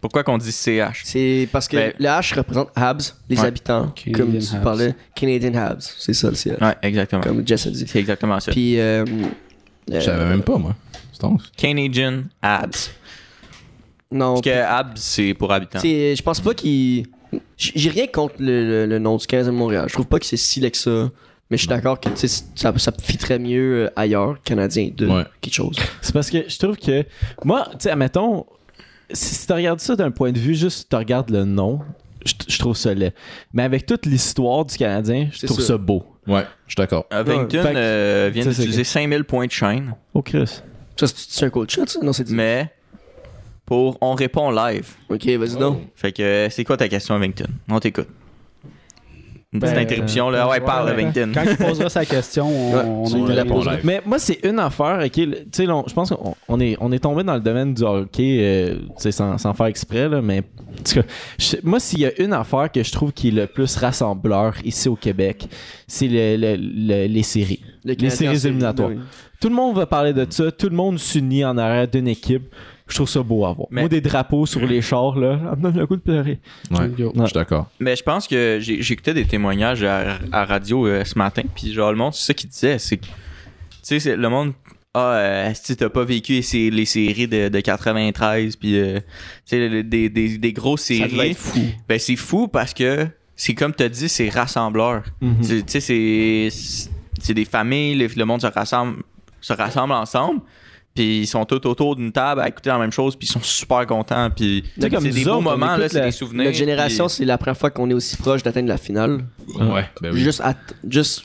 [SPEAKER 5] Pourquoi qu'on dit CH?
[SPEAKER 2] C'est parce que
[SPEAKER 5] Ben-
[SPEAKER 2] le H représente Habs, les
[SPEAKER 5] Ouais.
[SPEAKER 2] habitants,
[SPEAKER 3] Canadian
[SPEAKER 2] comme tu
[SPEAKER 3] Habs.
[SPEAKER 2] parlais. Canadian Habs, c'est ça le CH,
[SPEAKER 5] Ouais, exactement.
[SPEAKER 2] comme Jess a dit.
[SPEAKER 5] C'est exactement ça.
[SPEAKER 2] Puis. euh, euh,
[SPEAKER 6] Je savais même pas, moi. C'est tonse.
[SPEAKER 5] Canadian Abs.
[SPEAKER 2] Non,
[SPEAKER 5] Parce que Abs, c'est pour habitants.
[SPEAKER 2] Tu sais, je pense pas qu'il. j- J'ai rien contre le, le- le nom du 15 de Montréal. Je trouve pas que c'est si laid que ça. Mais je suis d'accord que tu sais, ça, ça fitterait mieux euh, ailleurs, canadien, de
[SPEAKER 6] Ouais.
[SPEAKER 2] quelque chose.
[SPEAKER 1] C'est parce que je trouve que. Moi, tu sais, admettons, si si tu regardes ça d'un point de vue, juste tu regardes le nom, je je trouve ça laid. Mais avec toute l'histoire du Canadien, je
[SPEAKER 2] C'est
[SPEAKER 1] trouve
[SPEAKER 2] ça.
[SPEAKER 1] ça beau.
[SPEAKER 6] Ouais, je suis d'accord.
[SPEAKER 5] Ovington
[SPEAKER 1] Fait que-
[SPEAKER 5] euh, vient
[SPEAKER 1] Ça, c'est
[SPEAKER 5] d'utiliser 5000 points de chaîne,
[SPEAKER 1] Oh, Chris.
[SPEAKER 2] Ça, c'est c'est un coach shot, ça? Non, c'est du.
[SPEAKER 5] mais pour on répond live.
[SPEAKER 2] Ok, vas-y donc.
[SPEAKER 5] Fait que euh, c'est quoi ta question, Ovington? On t'écoute. Une petite
[SPEAKER 3] Ben,
[SPEAKER 5] interruption là. Ouais, parle, Ovington.
[SPEAKER 3] quand il posera sa question, on,
[SPEAKER 2] Ouais,
[SPEAKER 3] on
[SPEAKER 2] tu
[SPEAKER 3] intervient.
[SPEAKER 6] réponds live.
[SPEAKER 1] Mais moi, c'est une affaire, ok. le- Tu sais, l'on- je pense qu'on on est, on est tombé dans le domaine du hockey, euh, tu sais, sans, sans faire exprès, là, mais en tout cas, je- moi, s'il y a une affaire que je trouve qui est le plus rassembleur ici au Québec, c'est le- le- le- les séries.
[SPEAKER 2] Le
[SPEAKER 1] les
[SPEAKER 2] Canadien en
[SPEAKER 1] séries
[SPEAKER 2] série,
[SPEAKER 1] éliminatoires.
[SPEAKER 2] ben oui.
[SPEAKER 1] Tout le monde va parler de ça, tout le monde s'unit en arrière d'une équipe. Je trouve ça beau à voir.
[SPEAKER 5] Mais-
[SPEAKER 1] Moi, des drapeaux sur les chars, là, (laughs) ça me donne le coup de pleurer.
[SPEAKER 6] Ouais.
[SPEAKER 3] Yo.
[SPEAKER 6] Je suis d'accord.
[SPEAKER 5] Mais je pense que j'ai- j'écoutais des témoignages à, à radio euh, ce matin, puis genre le monde, c'est ça qu'ils disaient, c'est que, tu sais, c'est- le monde, ah, euh, si t'as pas vécu les, sé- les séries de, de 93, puis, euh, tu sais, le- des, des, des grosses
[SPEAKER 2] Ça devait
[SPEAKER 5] séries,
[SPEAKER 2] être fou.
[SPEAKER 5] ben c'est fou parce que, c'est comme t'as dit, c'est rassembleur.
[SPEAKER 1] Mhm.
[SPEAKER 5] C'est- Tu sais, c'est- c'est c'est des familles, le, le monde se rassemble, se rassemble ensemble. Puis ils sont tous autour d'une table à écouter la même chose, puis ils sont super contents. Puis
[SPEAKER 1] sais,
[SPEAKER 5] c'est
[SPEAKER 1] comme
[SPEAKER 5] des
[SPEAKER 1] nous
[SPEAKER 5] beaux
[SPEAKER 1] autres, on
[SPEAKER 5] moments, là,
[SPEAKER 1] écoute
[SPEAKER 5] c'est
[SPEAKER 1] la-
[SPEAKER 5] des souvenirs.
[SPEAKER 2] Notre génération,
[SPEAKER 5] puis-
[SPEAKER 2] c'est la première fois qu'on est aussi proche d'atteindre la finale.
[SPEAKER 6] Ouais, ben oui.
[SPEAKER 2] Juste, à- juste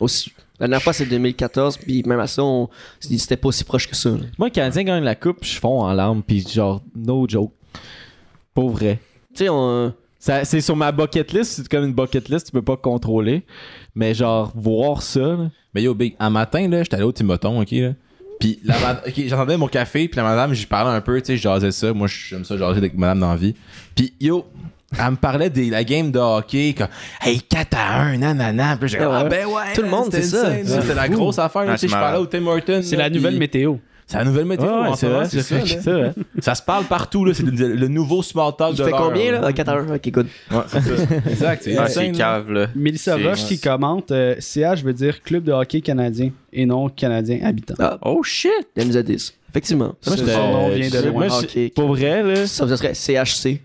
[SPEAKER 2] aussi. La dernière fois, c'est 2014, puis même à ça, on... c'était pas aussi proche que ça. là.
[SPEAKER 1] Moi, le Canadien gagne la coupe, je fonds en larmes, puis genre, no joke. Pour vrai.
[SPEAKER 2] Tu sais, on.
[SPEAKER 1] Ça- c'est sur ma bucket list, c'est comme une bucket list, tu peux pas contrôler. Mais genre, voir ça, là.
[SPEAKER 6] Mais yo, Big, un matin, là, j'étais allé au Timoton, ok, là. Puis la ma- ok, j'entendais mon café, puis la madame, j'y parlais un peu, tu sais, je jasais ça. Moi, j'aime ça, jaser avec madame dans la vie. Puis yo, elle me parlait de la game de hockey, comme, hey, 4 à 1, nanana. Puis j'ai dit, ah ben ouais,
[SPEAKER 2] Tout le monde,
[SPEAKER 6] c'était
[SPEAKER 2] c'est ça.
[SPEAKER 6] insane, C'était la grosse affaire, là,
[SPEAKER 5] Ah,
[SPEAKER 6] tu sais,
[SPEAKER 5] c'est
[SPEAKER 6] je parlais
[SPEAKER 5] malade.
[SPEAKER 6] au Tim Hortons.
[SPEAKER 3] C'est
[SPEAKER 6] là,
[SPEAKER 3] la nouvelle
[SPEAKER 6] puis-
[SPEAKER 3] météo.
[SPEAKER 6] C'est la nouvelle météo,
[SPEAKER 1] Ouais, ouais,
[SPEAKER 6] en ce
[SPEAKER 1] c'est
[SPEAKER 6] moment,
[SPEAKER 1] vrai,
[SPEAKER 6] c'est
[SPEAKER 1] c'est vrai,
[SPEAKER 6] ça, là.
[SPEAKER 1] c'est vrai.
[SPEAKER 6] Ça se parle partout, là, c'est le, le nouveau small talk
[SPEAKER 2] Il
[SPEAKER 6] de
[SPEAKER 2] fait
[SPEAKER 6] l'heure,
[SPEAKER 2] combien, là? 4 à 1. Ok, good.
[SPEAKER 6] Ouais, c'est ça. Exact, c'est
[SPEAKER 5] Ah, c'est
[SPEAKER 6] insane, là.
[SPEAKER 5] cave, là.
[SPEAKER 3] Mélissa
[SPEAKER 5] C'est-
[SPEAKER 3] Roche qui commente euh, CH veut dire club de hockey canadien et non canadien habitant.
[SPEAKER 2] Ah,
[SPEAKER 5] Oh shit!
[SPEAKER 2] elle nous a dit ça. Effectivement.
[SPEAKER 1] Moi,
[SPEAKER 3] Son
[SPEAKER 1] j'étais-
[SPEAKER 3] nom vient de
[SPEAKER 1] euh,
[SPEAKER 3] loin.
[SPEAKER 1] moi, je-
[SPEAKER 2] Ok, ok.
[SPEAKER 1] Pour vrai, là,
[SPEAKER 2] Ça ça serait CHC,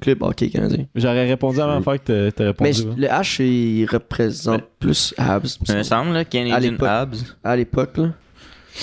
[SPEAKER 2] Club Hockey Canadien.
[SPEAKER 1] j'aurais répondu à la même affaire que t'as- t'as
[SPEAKER 2] Mais
[SPEAKER 1] répondu.
[SPEAKER 2] je-
[SPEAKER 1] hein.
[SPEAKER 2] le H, il représente plus Habs
[SPEAKER 5] Ça me semble, là,
[SPEAKER 2] À
[SPEAKER 5] Canadian
[SPEAKER 2] l'époque.
[SPEAKER 5] Abs.
[SPEAKER 2] à l'époque. là.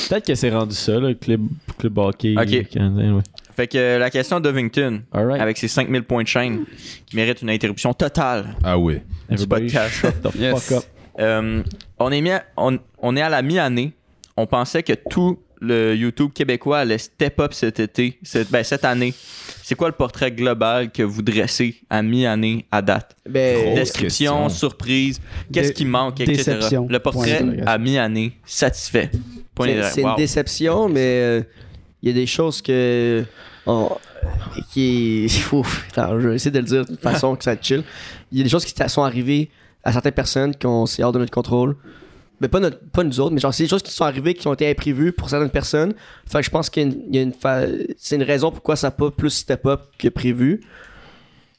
[SPEAKER 1] Peut-être que c'est rendu ça, là, le club, club hockey
[SPEAKER 5] Ok.
[SPEAKER 1] canadien, ouais.
[SPEAKER 5] Fait que euh, la question d'Ovington,
[SPEAKER 1] All right.
[SPEAKER 5] avec ses 5000 points de chaîne, qui mérite une interruption totale
[SPEAKER 6] Ah oui.
[SPEAKER 5] du
[SPEAKER 1] Everybody
[SPEAKER 5] podcast.
[SPEAKER 1] shut the
[SPEAKER 3] Yes.
[SPEAKER 1] fuck up.
[SPEAKER 5] Euh, on, est mis à- on, on est à la mi-année. On pensait que tout le YouTube québécois allait step up cet été, cette, ben, cette année. C'est quoi le portrait global que vous dressez à mi-année à date?
[SPEAKER 2] Ben,
[SPEAKER 6] Grosse
[SPEAKER 5] Description,
[SPEAKER 6] question.
[SPEAKER 5] surprise, qu'est-ce
[SPEAKER 3] Dé-
[SPEAKER 5] qui manque, etc.
[SPEAKER 3] déception.
[SPEAKER 5] Le portrait
[SPEAKER 3] Point d'interrogation.
[SPEAKER 5] à mi-année, satisfait. Point
[SPEAKER 2] c'est c'est
[SPEAKER 5] d'interrogation.
[SPEAKER 2] une déception, mais euh, il y a des choses que on- qui (laughs) est. Faut, attends, je vais essayer de le dire de façon que ça chill. Il y a des choses qui t'a- sont arrivées à certaines personnes qui ont c'est hors de notre contrôle. Mais pas, notre, pas nous autres, mais genre, c'est des choses qui sont arrivées qui ont été imprévues pour certaines personnes. Fait que je pense qu'il y a une, il y a une fa- c'est une raison pourquoi ça n'a pas plus step up que prévu.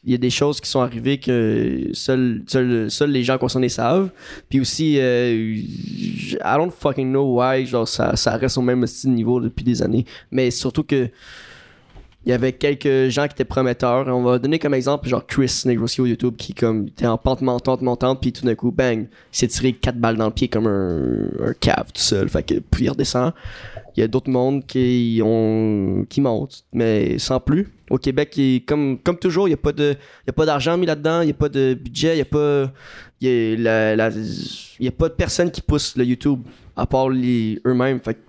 [SPEAKER 2] Il y a des choses qui sont arrivées que seuls seuls- seuls les gens concernés savent. Puis aussi, euh, I don't fucking know why, genre, ça, ça reste au même style niveau depuis des années. Mais surtout que il y avait quelques gens qui étaient prometteurs. On va donner comme exemple, genre Chris Negrosio YouTube, qui comme était en pente montante, montante, puis tout d'un coup, bang, il s'est tiré quatre balles dans le pied comme un, un cave tout seul. Fait que, puis il redescend. Il y a d'autres mondes qui, ont, qui montent, mais sans plus. Au Québec, il- comme, comme toujours, il n'y a pas de- il y a pas d'argent mis là-dedans, il n'y a pas de budget, il n'y a pas il y a, la- la- il y a pas de personne qui pousse le YouTube à part les- eux-mêmes. Fait que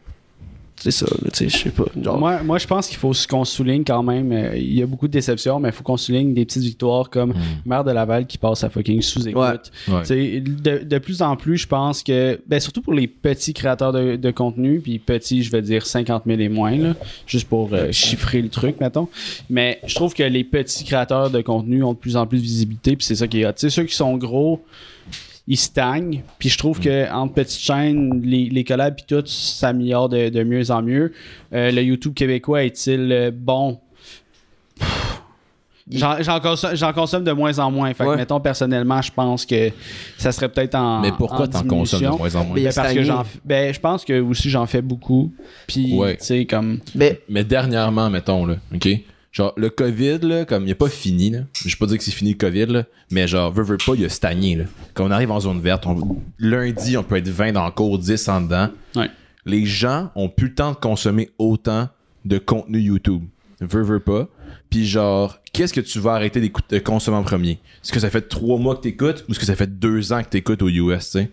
[SPEAKER 2] c'est ça, là, tu sais, je sais pas. Genre,
[SPEAKER 3] Moi, moi, je pense qu'il faut s- qu'on souligne quand même. euh, Il y a beaucoup de déceptions, mais il faut qu'on souligne des petites victoires comme Mère de Laval qui passe à fucking
[SPEAKER 2] Hmm. Ouais.
[SPEAKER 3] sous-écoute.
[SPEAKER 6] Ouais.
[SPEAKER 3] Tu sais, De, de plus en plus, je pense que, ben, surtout pour les petits créateurs de, de contenu, puis petits, je vais dire 50 000 et moins, là, juste pour euh, chiffrer le truc, mettons. Mais je trouve que les petits créateurs de contenu ont de plus en plus de visibilité, puis c'est ça qui est hot. Tu sais, ceux qui sont gros, ils stagnent. Puis je
[SPEAKER 6] Mm.
[SPEAKER 3] trouve que entre petites chaînes, les, les collabs puis tout s'améliore de, de mieux en mieux. Euh, le YouTube québécois est-il euh, bon? Pff, J'en j'en consomme, j'en consomme de moins en moins. Fait que,
[SPEAKER 2] Ouais.
[SPEAKER 3] mettons, personnellement, je pense que ça serait peut-être en.
[SPEAKER 6] Mais pourquoi
[SPEAKER 3] en
[SPEAKER 6] t'en consommes de
[SPEAKER 3] diminution.
[SPEAKER 6] moins en moins?
[SPEAKER 2] Mais-
[SPEAKER 3] Ben, parce que
[SPEAKER 2] Stagné.
[SPEAKER 3] j'en f- ben, je pense que aussi j'en fais beaucoup. Puis,
[SPEAKER 6] Ouais.
[SPEAKER 3] tu sais, comme.
[SPEAKER 2] mais
[SPEAKER 6] Mais dernièrement, mettons, là, OK? Genre, le COVID, là, comme il n'est pas fini, là. Je vais pas dire que c'est fini le COVID, là. Mais genre, veut, veut pas, il a stagné, là. Quand on arrive en zone verte, on- lundi, on peut être 20 dans le cours, 10 en dedans.
[SPEAKER 3] Ouais.
[SPEAKER 6] Les gens ont plus le temps de consommer autant de contenu YouTube. Veut, veut pas. Puis genre, qu'est-ce que tu vas arrêter d'écoute- de consommer en premier? Est-ce que ça fait trois mois que t'écoutes ou est-ce que ça fait deux ans que t'écoutes aux US, tu sais?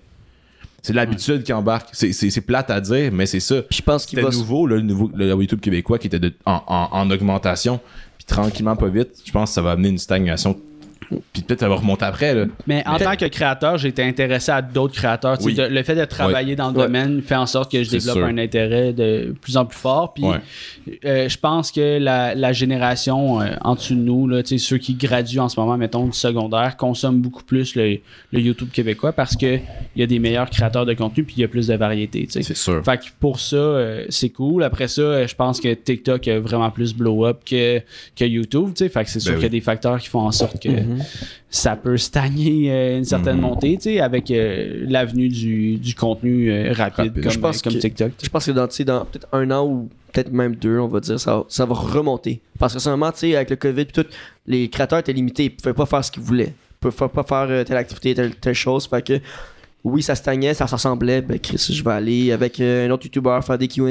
[SPEAKER 6] C'est l'habitude qui embarque. C'est- C'est c'est plate à dire, mais c'est ça.
[SPEAKER 2] puis je pense qu'il
[SPEAKER 6] C'était
[SPEAKER 2] va.
[SPEAKER 6] nouveau, là, le nouveau le YouTube québécois qui était de- en, en- en augmentation. Puis tranquillement, pas vite, je pense que ça va amener une stagnation. Puis peut-être ça va remonter après. Là.
[SPEAKER 3] Mais en tant que créateur, j'ai été intéressé à d'autres créateurs. Tu sais,
[SPEAKER 6] Oui.
[SPEAKER 3] de- le fait de travailler dans le
[SPEAKER 2] Ouais.
[SPEAKER 3] domaine fait en sorte que je
[SPEAKER 6] C'est
[SPEAKER 3] développe
[SPEAKER 6] sûr.
[SPEAKER 3] un intérêt de plus en plus fort. Puis
[SPEAKER 6] Ouais.
[SPEAKER 3] euh, je pense que la, la génération euh, en dessous de nous, là, tu sais, ceux qui graduent en ce moment, mettons, du secondaire, consomment beaucoup plus le, le YouTube québécois parce qu'il y a des meilleurs créateurs de contenu puis il y a plus de variété. tu sais.
[SPEAKER 6] C'est sûr.
[SPEAKER 3] Fait que pour ça, euh, c'est cool. Après ça, euh, je pense que TikTok a vraiment plus blow up que, que YouTube. tu sais. Fait que c'est sûr
[SPEAKER 6] Ben
[SPEAKER 3] qu'il y a
[SPEAKER 6] oui.
[SPEAKER 3] des facteurs qui font en sorte que ça peut stagner euh, une certaine
[SPEAKER 2] Mhm.
[SPEAKER 3] montée, tu sais, avec euh, l'avenue du, du contenu euh, rapide,
[SPEAKER 6] Rapide.
[SPEAKER 3] comme,
[SPEAKER 2] Je pense
[SPEAKER 3] euh, comme
[SPEAKER 2] que-
[SPEAKER 3] TikTok.
[SPEAKER 2] Je pense que dans, tu sais, dans peut-être un an ou peut-être même deux, on va dire, ça, ça va remonter. Parce que seulement, tu sais, avec le COVID, pis tout, les créateurs étaient limités. Ils pouvaient pas faire ce qu'ils voulaient. Ils pouvaient pas faire euh, telle activité, telle, telle chose. Fait que, oui, ça stagnait, ça ressemblait. Ben, Chris, je vais aller avec euh, un autre YouTuber faire des QA.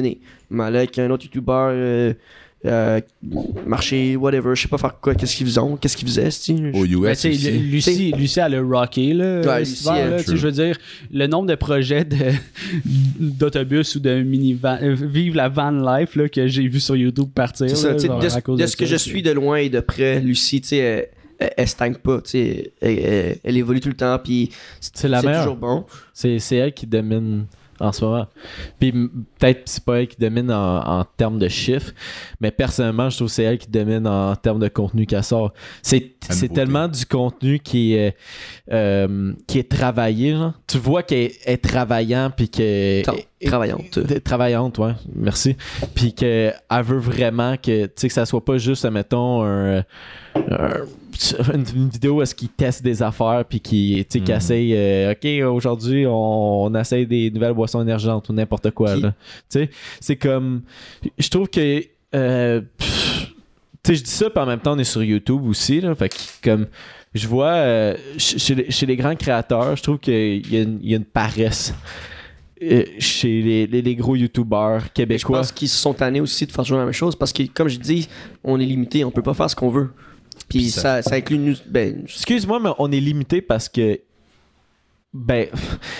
[SPEAKER 2] Mais aller avec un autre YouTuber. euh, euh, marcher, whatever, je sais pas faire quoi, qu'est-ce qu'ils ont, qu'est-ce qu'ils faisaient, c'ti?
[SPEAKER 6] Aux US
[SPEAKER 3] Ben, tu sais,
[SPEAKER 6] aussi.
[SPEAKER 3] Lu- Lucie, Lucie, elle a rocké, là,
[SPEAKER 2] Ouais,
[SPEAKER 3] cet
[SPEAKER 2] Lucie,
[SPEAKER 3] hiver,
[SPEAKER 2] elle,
[SPEAKER 3] là, tu sais,
[SPEAKER 6] true.
[SPEAKER 3] je veux dire, le nombre de projets de- (laughs) d'autobus ou de minivan, euh, vive la van life, là, que j'ai vu sur YouTube partir,
[SPEAKER 2] C'est ça,
[SPEAKER 3] là,
[SPEAKER 2] tu sais,
[SPEAKER 3] genre,
[SPEAKER 2] de,
[SPEAKER 3] à
[SPEAKER 2] ce-
[SPEAKER 3] cause
[SPEAKER 2] de
[SPEAKER 3] de
[SPEAKER 2] ce que
[SPEAKER 3] ça,
[SPEAKER 2] je
[SPEAKER 3] tu sais.
[SPEAKER 2] suis de loin et de près, Lucie, tu sais, elle, elle, elle stagne pas, tu sais, elle, elle- elle évolue tout le temps, puis
[SPEAKER 1] C'est la meilleure.
[SPEAKER 2] toujours bon.
[SPEAKER 1] C'est c'est elle qui domine en ce moment. Puis m- peut-être c'est pas elle qui domine en, en termes de chiffres, mais personnellement, je trouve que c'est elle qui domine en termes de contenu qu'elle sort. C'est
[SPEAKER 6] Elle me
[SPEAKER 1] c'est
[SPEAKER 6] beauté.
[SPEAKER 1] tellement du contenu qui est, euh, qui est travaillé. genre. Tu vois qu'elle est travaillant puis que
[SPEAKER 2] Tra- travaillante.
[SPEAKER 1] de- travaillante, ouais. Merci. Puis que elle veut vraiment que tu sais que ça soit pas juste, mettons, un, un- une, une vidéo où est-ce qu'il teste des affaires puis qui tu sais qu'il
[SPEAKER 6] Mhm.
[SPEAKER 1] essaye, euh, ok aujourd'hui on, on essaye des nouvelles boissons énergentes ou n'importe quoi
[SPEAKER 2] Qui-
[SPEAKER 1] là. Tu sais, c'est comme je trouve que euh, pff, tu sais je dis ça puis en même temps on est sur YouTube aussi là, fait que comme je vois euh, ch- chez, les- chez les grands créateurs, je trouve qu'il y, a une- il y a une paresse euh, chez les, les- les gros youtubeurs
[SPEAKER 2] Mais je
[SPEAKER 1] québécois.
[SPEAKER 2] pense qu'ils se sont tannés aussi de faire toujours la même chose, parce que, comme je dis, on est limité, on peut pas faire ce qu'on veut. Puis
[SPEAKER 6] Puis
[SPEAKER 2] ça,
[SPEAKER 6] ça-
[SPEAKER 2] ça inclut nous. Ben,
[SPEAKER 1] Excuse-moi, mais on est limité parce que. Ben,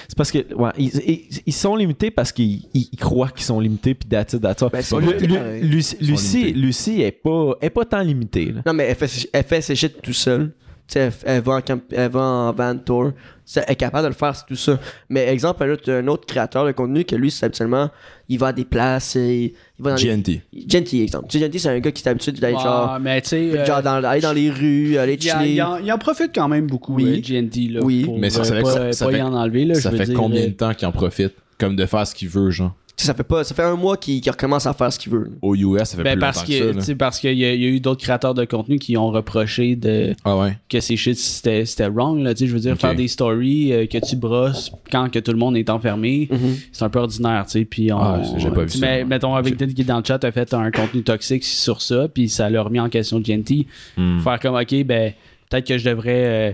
[SPEAKER 1] c'est parce que. ouais, ils, ils- ils sont limités parce qu'ils ils- ils croient qu'ils sont limités, puis that's it, that's all.
[SPEAKER 2] ben, c'est
[SPEAKER 6] Lu-
[SPEAKER 2] pas
[SPEAKER 1] Lu-
[SPEAKER 2] limité,
[SPEAKER 1] Lu-
[SPEAKER 2] pareil.
[SPEAKER 1] Lucie,
[SPEAKER 6] sont
[SPEAKER 1] Lucie,
[SPEAKER 6] limités.
[SPEAKER 1] Lucie est pas, est pas tant limitée. là.
[SPEAKER 2] Non, mais elle fait, elle fait ses shit tout seul. Tu sais, elle, elle va en camp- elle va en van tour. Tu ça, est capable de le faire, c'est tout ça. Mais exemple, un autre, un autre créateur de contenu que lui, c'est habituellement, il va à des places, et il va dans des-
[SPEAKER 6] GNT.
[SPEAKER 2] Gentil, exemple. Tu sais, Gentil, c'est un gars qui est habitué d'aller genre,
[SPEAKER 3] Ah, mais tu sais, euh,
[SPEAKER 2] genre dans, aller dans les rues, aller
[SPEAKER 3] il, y a-
[SPEAKER 2] chiller.
[SPEAKER 3] il y en- il en profite quand même beaucoup,
[SPEAKER 2] Oui.
[SPEAKER 3] oui. GNT. Là,
[SPEAKER 2] Oui.
[SPEAKER 3] pour,
[SPEAKER 6] Mais ça,
[SPEAKER 3] euh,
[SPEAKER 6] ça fait-
[SPEAKER 3] pas,
[SPEAKER 6] ça- ça
[SPEAKER 3] pas
[SPEAKER 6] fait-
[SPEAKER 3] y en enlever. Là,
[SPEAKER 6] Ça
[SPEAKER 3] je veux
[SPEAKER 6] fait
[SPEAKER 3] dire,
[SPEAKER 6] combien
[SPEAKER 3] euh,
[SPEAKER 6] de temps qu'il en profite Comme de faire ce qu'il veut, genre.
[SPEAKER 2] Tu sais, ça fait pas, ça fait un mois qu'il qu'il recommence à faire ce qu'il veut.
[SPEAKER 6] Au US, ça fait
[SPEAKER 3] ben
[SPEAKER 6] plus
[SPEAKER 3] parce
[SPEAKER 6] longtemps
[SPEAKER 3] que,
[SPEAKER 6] que,
[SPEAKER 3] tu
[SPEAKER 6] ça. là.
[SPEAKER 3] sais, parce qu'il y, a- il y a eu d'autres créateurs de contenu qui ont reproché de,
[SPEAKER 6] Ah ouais.
[SPEAKER 3] que ces shit c'était c'était wrong là, tu sais, je veux dire
[SPEAKER 6] Ok.
[SPEAKER 3] faire des stories euh, que tu brosses quand que tout le monde est enfermé, c'est un peu ordinaire, tu sais, puis on,
[SPEAKER 6] Ah, j'ai pas vu
[SPEAKER 3] tu-
[SPEAKER 6] ça.
[SPEAKER 3] mais- Ben, mettons avec Dead qui est dans le chat a fait un contenu toxique sur ça, puis ça l'a remis en question Genty,
[SPEAKER 6] Hmm.
[SPEAKER 3] faire comme OK, ben peut-être que je devrais euh,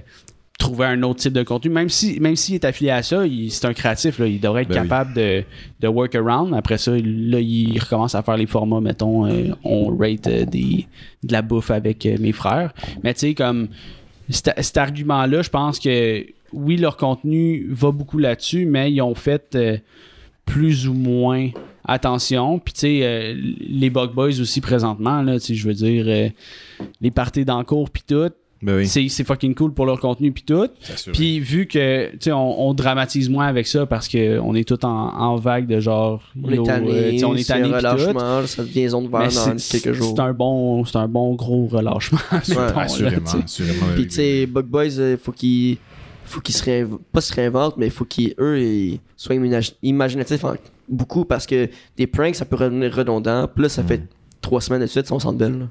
[SPEAKER 3] trouver un autre type de contenu même si même s'il est affilié à ça il- c'est un créatif là, il devrait être
[SPEAKER 6] Ben oui.
[SPEAKER 3] capable de, de work around après ça là il recommence à faire les formats mettons euh, on rate euh, des de la bouffe avec euh, mes frères mais tu sais comme cet, cet argument là je pense que oui leur contenu va beaucoup là-dessus mais ils ont fait euh, plus ou moins attention puis tu sais euh, les Bug Boys aussi présentement là tu sais je veux dire euh, les parties d'encours puis tout
[SPEAKER 6] Ben oui.
[SPEAKER 3] c'est c'est fucking cool pour leur contenu puis tout.
[SPEAKER 6] Puis
[SPEAKER 3] Puis vu que tu sais on, on dramatise moins avec ça parce que on est tout en, en vague de genre
[SPEAKER 2] On est
[SPEAKER 3] yo, euh,
[SPEAKER 2] tanné,
[SPEAKER 3] tu sais, on est
[SPEAKER 2] c'est
[SPEAKER 3] tanné pis tout.
[SPEAKER 2] relâchement, ça devient zone
[SPEAKER 3] Mais
[SPEAKER 2] verte dans
[SPEAKER 3] c'est-
[SPEAKER 2] quelques jours.
[SPEAKER 3] C'est un bon c'est un bon gros relâchement. (laughs) mettons, là,
[SPEAKER 6] assurément,
[SPEAKER 3] (laughs) tu sais.
[SPEAKER 6] assurément.
[SPEAKER 2] Puis tu sais, Bug Boys, euh, faut qu'ils faut qu'ils se réinv- pas se réinventent, mais faut qu'ils eux ils soient imina- imaginatifs en- beaucoup parce que des pranks ça peut revenir redondant. Plus
[SPEAKER 3] Hmm.
[SPEAKER 2] ça fait trois semaines de suite, on s'en belle. là.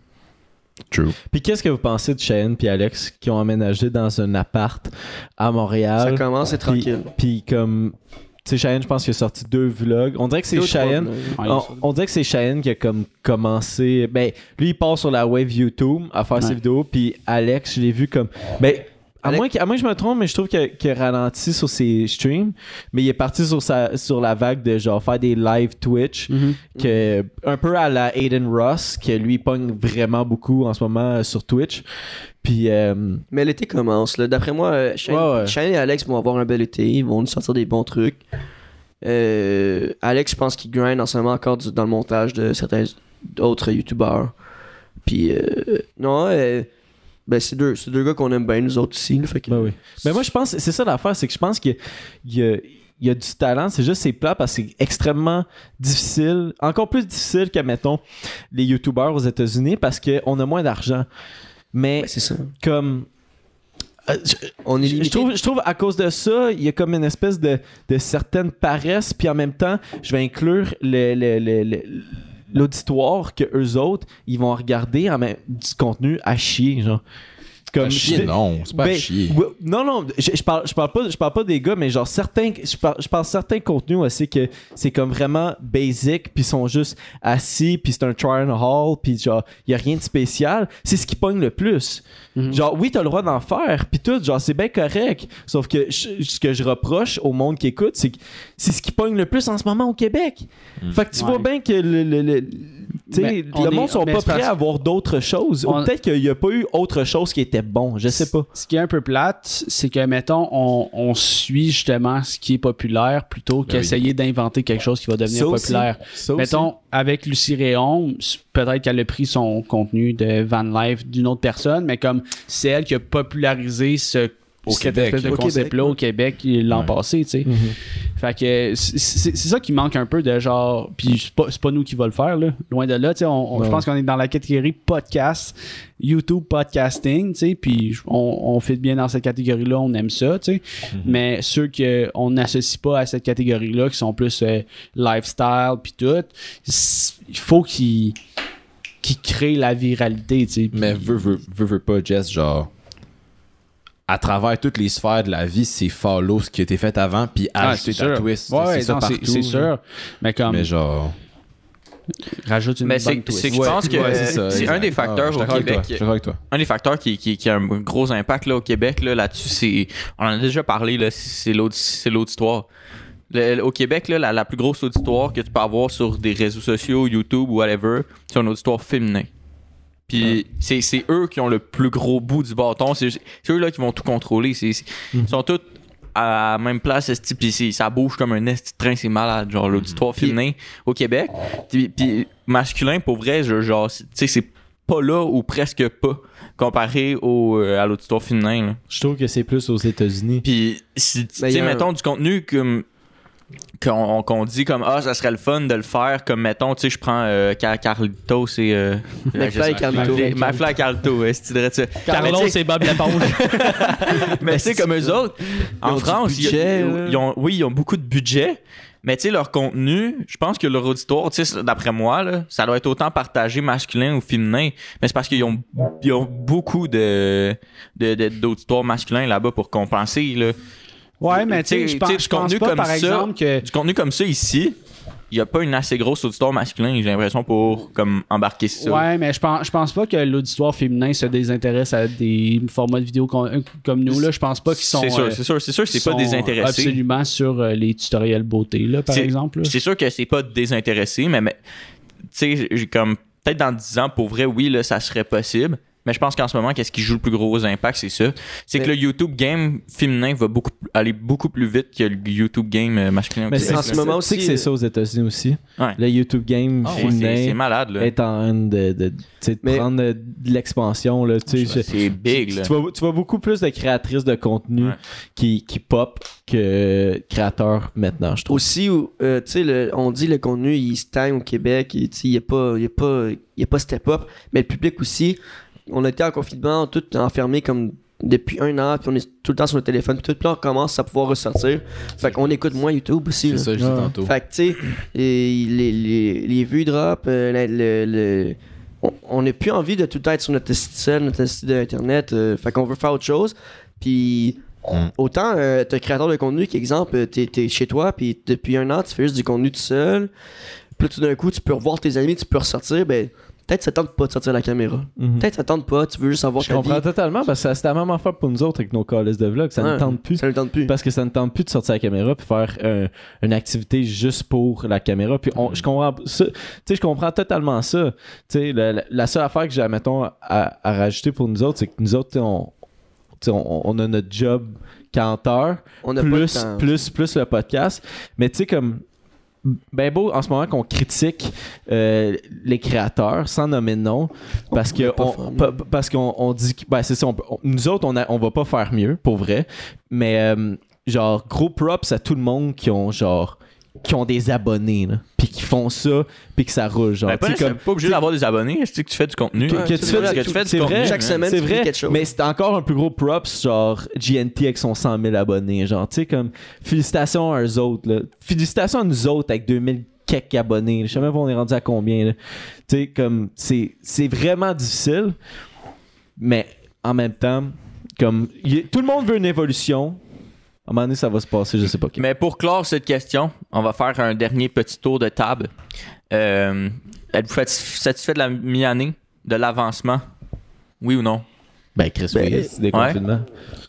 [SPEAKER 6] True.
[SPEAKER 1] Puis qu'est-ce que vous pensez de Cheyenne puis Alex qui ont emménagé dans un appart à
[SPEAKER 3] Ah
[SPEAKER 2] Ça
[SPEAKER 1] Montréal?
[SPEAKER 2] commence, c'est
[SPEAKER 1] Puis-
[SPEAKER 2] tranquille.
[SPEAKER 1] Puis comme. Tu sais, Cheyenne, je pense qu'il a sorti deux vlogs. On dirait que c'est
[SPEAKER 2] Deux, trois
[SPEAKER 1] Cheyenne.
[SPEAKER 2] semaines.
[SPEAKER 3] Ouais,
[SPEAKER 1] On, on dirait que c'est Cheyenne qui a comme commencé. Ben, lui, il part sur la wave YouTube à faire ses
[SPEAKER 3] Ouais.
[SPEAKER 1] vidéos. Puis Alex, je l'ai vu comme. Ben, à
[SPEAKER 2] Alex-
[SPEAKER 1] moins, que, à moins que je me trompe, mais je trouve qu'il a, qu'il a ralenti sur ses streams. Mais il est parti sur, sa, sur la vague de genre faire des live Twitch.
[SPEAKER 3] Mm-hmm.
[SPEAKER 1] que, un peu à la Aiden Ross, que lui pogne vraiment beaucoup en ce moment euh, sur Twitch. Puis. euh,
[SPEAKER 2] Mais l'été commence. là. D'après moi, euh, Shane,
[SPEAKER 1] Ouais, ouais.
[SPEAKER 2] Shane et Alex vont avoir un bel été. Ils vont nous sortir des bons trucs. Euh, Alex, je pense qu'il grind en ce moment encore du- dans le montage de certains autres youtubeurs. Puis, euh, non, euh, ben, c'est deux, c'est deux gars qu'on aime bien, nous autres ici. là, fait que-
[SPEAKER 1] Ben oui. Mais moi, je pense, c'est ça l'affaire, c'est que je pense qu'il y a- il y a, il y a du talent, c'est juste c'est plat parce que c'est extrêmement difficile, encore plus difficile que, mettons, les YouTubers aux États-Unis parce qu'on a moins d'argent. Mais
[SPEAKER 2] Ben, c'est ça.
[SPEAKER 1] comme. euh, je-
[SPEAKER 2] On est
[SPEAKER 1] je, je
[SPEAKER 2] limité.
[SPEAKER 1] trouve, je trouve à cause de ça, il y a comme une espèce de, de certaine paresse, puis en même temps, je vais inclure le- le- le- le- l'auditoire que eux autres, ils vont regarder en même- du contenu à chier, genre. Comme
[SPEAKER 6] Pas
[SPEAKER 1] je-
[SPEAKER 6] chier, non, c'est pas
[SPEAKER 1] ben,
[SPEAKER 6] chier.
[SPEAKER 1] ouais, non, non, je, je parle, je, parle pas, je parle pas des gars, mais genre certains, je parle, je parle certains contenus aussi que c'est comme vraiment basic, puis ils sont juste assis, puis c'est un try and haul, puis genre, y a rien de spécial. C'est ce qui pogne le plus.
[SPEAKER 3] Mhm.
[SPEAKER 1] Genre, oui, t'as le droit d'en faire, puis tout, genre, c'est bien correct. Sauf que je- ce que je reproche au monde qui écoute, c'est que c'est ce qui pogne le plus en ce moment au Québec. Fait que tu
[SPEAKER 3] Mhm. Ouais.
[SPEAKER 1] vois bien que le, le, le- tu sais,
[SPEAKER 3] Mais on
[SPEAKER 1] le
[SPEAKER 3] est-
[SPEAKER 1] monde sont
[SPEAKER 3] mais
[SPEAKER 1] pas
[SPEAKER 3] c'est parce
[SPEAKER 1] prêts à avoir d'autres choses.
[SPEAKER 3] On-
[SPEAKER 1] Ou peut-être qu'il y a pas eu autre chose qui était bon, je sais pas.
[SPEAKER 3] Ce qui est un peu plate, c'est que mettons on, on suit justement ce qui est populaire
[SPEAKER 6] Ben
[SPEAKER 3] plutôt qu'essayer d'inventer quelque chose qui va devenir
[SPEAKER 1] Ça aussi.
[SPEAKER 3] populaire. Mettons, avec Lucie Réon, s- peut-être qu'elle a pris son contenu de Van Life d'une autre personne, mais comme c'est elle qui a popularisé ce
[SPEAKER 6] Au
[SPEAKER 3] cette
[SPEAKER 6] Québec.
[SPEAKER 3] espèce de
[SPEAKER 6] Au
[SPEAKER 3] concept-là au Québec l'an
[SPEAKER 6] Ouais.
[SPEAKER 3] passé, tu sais. Fait que c- c'est c'est ça qui manque un peu de genre. Puis c'est pas, c'est pas nous qui va le faire, là. Loin de là, tu sais. on- on- Je pense qu'on est dans la catégorie podcast, YouTube podcasting, tu sais. Puis j- on, on fit bien dans cette catégorie-là, on aime ça, tu sais.
[SPEAKER 6] Mm-hmm.
[SPEAKER 3] Mais ceux qu'on n'associe pas à cette catégorie-là, qui sont plus euh, lifestyle, puis tout, s- il faut qu'ils qu'ils créent la viralité, tu sais. Puis-
[SPEAKER 6] Mais veut, veut, veut, veut pas, Jess, genre. À travers toutes les sphères de la vie, c'est follow ce qui a été fait avant, puis
[SPEAKER 3] Ah,
[SPEAKER 6] ajouter
[SPEAKER 3] c'est
[SPEAKER 6] ta
[SPEAKER 3] sûr.
[SPEAKER 6] twist.
[SPEAKER 3] Ouais,
[SPEAKER 6] c'est
[SPEAKER 3] ouais,
[SPEAKER 6] ça
[SPEAKER 3] non, c'est
[SPEAKER 6] partout,
[SPEAKER 3] c'est sûr. Um, Mais comme,
[SPEAKER 6] Mais genre.
[SPEAKER 3] rajoute une
[SPEAKER 5] Mais
[SPEAKER 3] bonne
[SPEAKER 5] c'est
[SPEAKER 3] twist.
[SPEAKER 5] c'est que je pense que
[SPEAKER 6] Ouais,
[SPEAKER 5] euh,
[SPEAKER 6] c'est ça,
[SPEAKER 5] c'est un
[SPEAKER 6] exact.
[SPEAKER 5] des
[SPEAKER 6] Ah,
[SPEAKER 5] facteurs
[SPEAKER 6] je suis
[SPEAKER 5] au
[SPEAKER 6] d'accord avec toi,
[SPEAKER 5] Québec.
[SPEAKER 6] Je suis d'accord avec toi.
[SPEAKER 5] un des facteurs qui, qui- qui a un gros impact là, au Québec là, là-dessus, c'est. On en a déjà parlé, là, c'est l'audi- c'est l'auditoire. Le- au Québec, là, la, la plus grosse auditoire que tu peux avoir sur des réseaux sociaux, YouTube, whatever, c'est un auditoire féminin. Puis c'est- c'est eux qui ont le plus gros bout du bâton. C'est c'est eux là qui vont tout contrôler. C'est- c'est-
[SPEAKER 2] Mm.
[SPEAKER 5] Ils sont tous à la même place, esti, puis c'est- ça bouge comme un esti de train, c'est malade. Genre
[SPEAKER 2] Mm-hmm.
[SPEAKER 5] l'auditoire féminin au Québec. Puis, puis masculin, pour vrai, je- genre, c'est- tu sais, c'est pas là ou presque pas. comparé au, euh, à l'auditoire féminin. là.
[SPEAKER 1] Je trouve que c'est plus aux États-Unis.
[SPEAKER 5] Puis, si, tu
[SPEAKER 2] Ben, y
[SPEAKER 5] sais,
[SPEAKER 2] a un-
[SPEAKER 5] mettons du contenu comme qu'on qu'on dit comme ah ça serait le fun de le faire comme mettons tu sais je prends euh, Car- Carlito c'est euh,
[SPEAKER 2] McFly
[SPEAKER 5] je sais-
[SPEAKER 2] et Carlito.
[SPEAKER 5] McFly- McFly et Carlito est-ce que tu dirais ça
[SPEAKER 8] Carlos et Bob l'éponge.
[SPEAKER 5] mais c'est comme eux autres, en
[SPEAKER 2] ont du
[SPEAKER 5] France, ils-
[SPEAKER 2] budget,
[SPEAKER 5] ils,
[SPEAKER 2] là.
[SPEAKER 5] ils ont, oui, ils ont beaucoup de budget, mais tu sais, leur contenu, je pense que leur auditoire, tu sais, d'après moi, là, ça doit être autant partagé masculin ou féminin, mais c'est parce qu'ils ont, ils ont beaucoup de, de, de- d'auditoires masculins là-bas pour compenser. là.
[SPEAKER 3] Ouais, mais tu sais,
[SPEAKER 5] T'sais,
[SPEAKER 3] je pense,
[SPEAKER 5] t'sais,
[SPEAKER 3] je pense
[SPEAKER 5] contenu
[SPEAKER 3] pas,
[SPEAKER 5] comme
[SPEAKER 3] par
[SPEAKER 5] ça,
[SPEAKER 3] exemple, que.
[SPEAKER 5] Du contenu comme ça ici, il n'y a pas une assez grosse auditoire masculin, j'ai l'impression, pour comme, embarquer ça.
[SPEAKER 3] Ouais, mais je pense, je pense pas que l'auditoire féminin se désintéresse à des formats de vidéo qu'on- euh, comme nous. là. Je pense pas qu'ils sont.
[SPEAKER 5] c'est sûr,
[SPEAKER 3] euh,
[SPEAKER 5] c'est sûr, c'est sûr, c'est
[SPEAKER 3] sont
[SPEAKER 5] pas désintéressé.
[SPEAKER 3] Absolument sur euh, les tutoriels beauté, là, par
[SPEAKER 5] C'est-
[SPEAKER 3] exemple. là.
[SPEAKER 5] C'est sûr que c'est pas désintéressé, mais, mais tu sais, j'ai comme peut-être dans 10 ans, pour vrai, oui, là, ça serait possible. Mais je pense qu'en ce moment, qu'est-ce qui joue le plus gros impact, c'est ça. C'est que
[SPEAKER 2] Mais-
[SPEAKER 5] le YouTube game féminin va beaucoup aller beaucoup plus vite que le YouTube game euh, masculin. au
[SPEAKER 1] Mais
[SPEAKER 5] Québec,
[SPEAKER 1] c'est
[SPEAKER 2] en
[SPEAKER 5] là.
[SPEAKER 2] ce
[SPEAKER 1] c'est-
[SPEAKER 2] moment
[SPEAKER 1] tu sais
[SPEAKER 2] aussi,
[SPEAKER 1] que c'est
[SPEAKER 2] euh,
[SPEAKER 1] ça aux États-Unis aussi.
[SPEAKER 5] Ouais.
[SPEAKER 1] Le YouTube game
[SPEAKER 5] Ah ouais,
[SPEAKER 1] féminin
[SPEAKER 5] c'est- c'est malade, là.
[SPEAKER 1] est en train de, de- tu sais, de
[SPEAKER 2] Mais-
[SPEAKER 1] prendre euh, de l'expansion. là, tu sais, je-
[SPEAKER 5] C'est big, là.
[SPEAKER 1] Tu vois, tu vois beaucoup plus de créatrices de contenu
[SPEAKER 5] Ouais.
[SPEAKER 1] qui, qui pop que créateurs maintenant, je trouve.
[SPEAKER 2] Aussi, où, euh, tu sais, le- on dit le contenu, il stagne au Québec, et, tu sais, il n'y a pas, il y a pas, il y a pas step-up, mais le public aussi, on était en confinement, tout enfermé comme depuis un an, puis on est tout le temps sur le téléphone, puis tout, puis là, on commence à pouvoir ressortir. Fait qu'on écoute moins YouTube aussi.
[SPEAKER 6] C'est
[SPEAKER 2] là.
[SPEAKER 6] ça, que je
[SPEAKER 5] Ah.
[SPEAKER 6] disais tantôt.
[SPEAKER 2] Fait que, tu sais, et les, les, les vues drop, euh, la- le- le- on- on n'a plus envie de tout le temps être sur notre site seul, notre site internet. euh, fait qu'on veut faire autre chose. Puis,
[SPEAKER 6] Mm.
[SPEAKER 2] autant euh, t'es créateur de contenu qu'exemple, euh, t'es es chez toi, puis depuis un an, tu fais juste du contenu tout seul. Puis là, tout d'un coup, tu peux revoir tes amis, tu peux ressortir. Ben, peut-être ça tente pas de sortir la caméra.
[SPEAKER 1] Mhm.
[SPEAKER 2] Peut-être ça tente pas, tu veux juste avoir
[SPEAKER 1] Je
[SPEAKER 2] ta
[SPEAKER 1] comprends
[SPEAKER 2] vie.
[SPEAKER 1] totalement parce que c'est la même affaire pour nous autres avec nos calls de vlog. Ça ne
[SPEAKER 2] Ouais.
[SPEAKER 1] tente plus.
[SPEAKER 2] Ça ne tente plus.
[SPEAKER 1] Parce que ça ne tente plus de sortir la caméra puis faire euh, une activité juste pour la caméra. Puis on- je comprends ça. Tu sais, je comprends totalement ça. Tu sais, la, la- la seule affaire que j'ai, mettons, à, à rajouter pour nous autres, c'est que nous autres, tu sais, on, tu sais, on, on a notre job canteur,
[SPEAKER 2] On a pas
[SPEAKER 1] plus,
[SPEAKER 2] le temps.
[SPEAKER 1] plus, plus le podcast. Mais tu sais, comme. Ben beau en ce moment qu'on critique euh, les créateurs sans nommer de nom parce que
[SPEAKER 2] pourrait pas
[SPEAKER 1] on,
[SPEAKER 2] faire mieux.
[SPEAKER 1] pa- pa- parce qu'on on dit que- ben c'est ça on peut- on- nous autres on, a- on va pas faire mieux pour vrai mais euh, genre gros props à tout le monde qui ont genre qui ont des abonnés là, puis qui font ça puis que ça roule genre
[SPEAKER 5] Ben,
[SPEAKER 1] tu
[SPEAKER 5] pas,
[SPEAKER 1] sais,
[SPEAKER 5] nécessaire-
[SPEAKER 1] comme
[SPEAKER 5] pas obligé d'avoir des abonnés, est-ce que tu fais du contenu?
[SPEAKER 1] que,
[SPEAKER 2] Ouais,
[SPEAKER 1] que tu
[SPEAKER 2] c'est
[SPEAKER 1] fais,
[SPEAKER 2] vrai,
[SPEAKER 1] du-
[SPEAKER 5] que tu fais du
[SPEAKER 1] c'est vrai,
[SPEAKER 5] contenu,
[SPEAKER 2] Chaque
[SPEAKER 5] hein.
[SPEAKER 2] semaine,
[SPEAKER 1] c'est
[SPEAKER 2] tu publies
[SPEAKER 1] vrai,
[SPEAKER 2] quelque chose.
[SPEAKER 1] mais c'est encore un plus gros props, genre GNT avec son 100 000 abonnés. Genre, tu sais, comme, félicitations à eux autres. là. Félicitations à nous autres avec 2000 quelques abonnés. là. Je sais même pas on est rendu à combien. là. Tu sais, comme, c'est c'est vraiment difficile, mais en même temps, comme, y a- tout le monde veut une évolution. À un moment donné, ça va se passer, je sais pas.
[SPEAKER 5] Mais pour clore cette question, on va faire un dernier petit tour de table. Euh, Êtes-vous satisf- satisfait de la mi-année, de l'avancement? Oui ou non?
[SPEAKER 1] Ben, Chris,
[SPEAKER 2] Ben,
[SPEAKER 1] oui, c'est des confinements.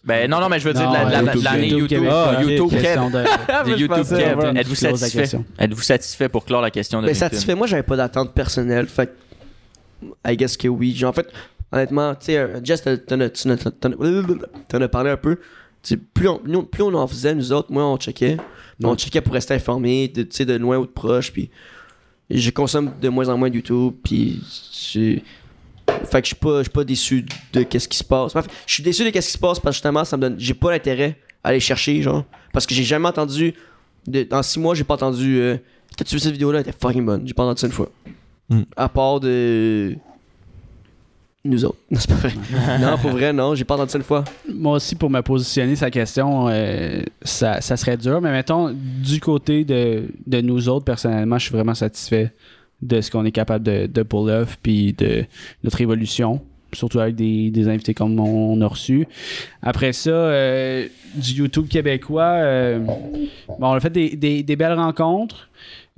[SPEAKER 5] Ben non, non, mais je veux dire de la-
[SPEAKER 3] Non, euh,
[SPEAKER 5] de la-
[SPEAKER 3] YouTube
[SPEAKER 5] de l'année YouTube.
[SPEAKER 3] Québec.
[SPEAKER 5] YouTube,
[SPEAKER 3] Ah, ok,
[SPEAKER 5] YouTube Ah, Québec.
[SPEAKER 3] question de-
[SPEAKER 5] Des
[SPEAKER 1] je
[SPEAKER 5] YouTube
[SPEAKER 1] pensais
[SPEAKER 5] Québec.
[SPEAKER 1] avoir une
[SPEAKER 5] Êtes-vous
[SPEAKER 3] plus grosse
[SPEAKER 5] satisfait?
[SPEAKER 3] question.
[SPEAKER 5] Êtes-vous satisfait pour clore la question de
[SPEAKER 2] Mais
[SPEAKER 5] LinkedIn?
[SPEAKER 2] Ben, satisfait, moi j'avais pas d'attente personnelle. Fait que, I guess que oui. Genre, en fait, honnêtement, tu sais, euh, Jess, t'en- t'en as- tu n'as- t'en as- t'en as parlé un peu. Tu sais, Plus on, nous- plus on en faisait, nous autres, moi on checkait. Mais On checkait pour rester informé, de, tu sais, de loin ou de proche. Puis je consomme de moins en moins de YouTube. Puis c'est- Fait que je suis pas, je suis pas déçu de qu'est-ce qui se passe. En fait, je suis déçu de qu'est-ce qui se passe parce que justement, ça me donne. J'ai pas l'intérêt à aller chercher, genre. Parce que j'ai jamais entendu. de- dans six mois, j'ai pas entendu. euh, T'as-tu vu cette vidéo-là? Elle était fucking bonne. J'ai pas entendu ça une fois.
[SPEAKER 1] Hmm.
[SPEAKER 2] À part de. Nous autres. Non, c'est pas vrai.
[SPEAKER 6] (laughs)
[SPEAKER 2] non, pour vrai, non. J'ai pas entendu ça une fois.
[SPEAKER 3] Moi aussi, pour me positionner sa question, euh, ça, ça serait dur. Mais mettons, du côté de, de nous autres, personnellement, je suis vraiment satisfait de ce qu'on est capable de, de pull off, puis de notre évolution, surtout avec des, des invités comme on a reçu. Après ça, euh, du YouTube québécois, euh, bon, on a fait des, des- des belles rencontres.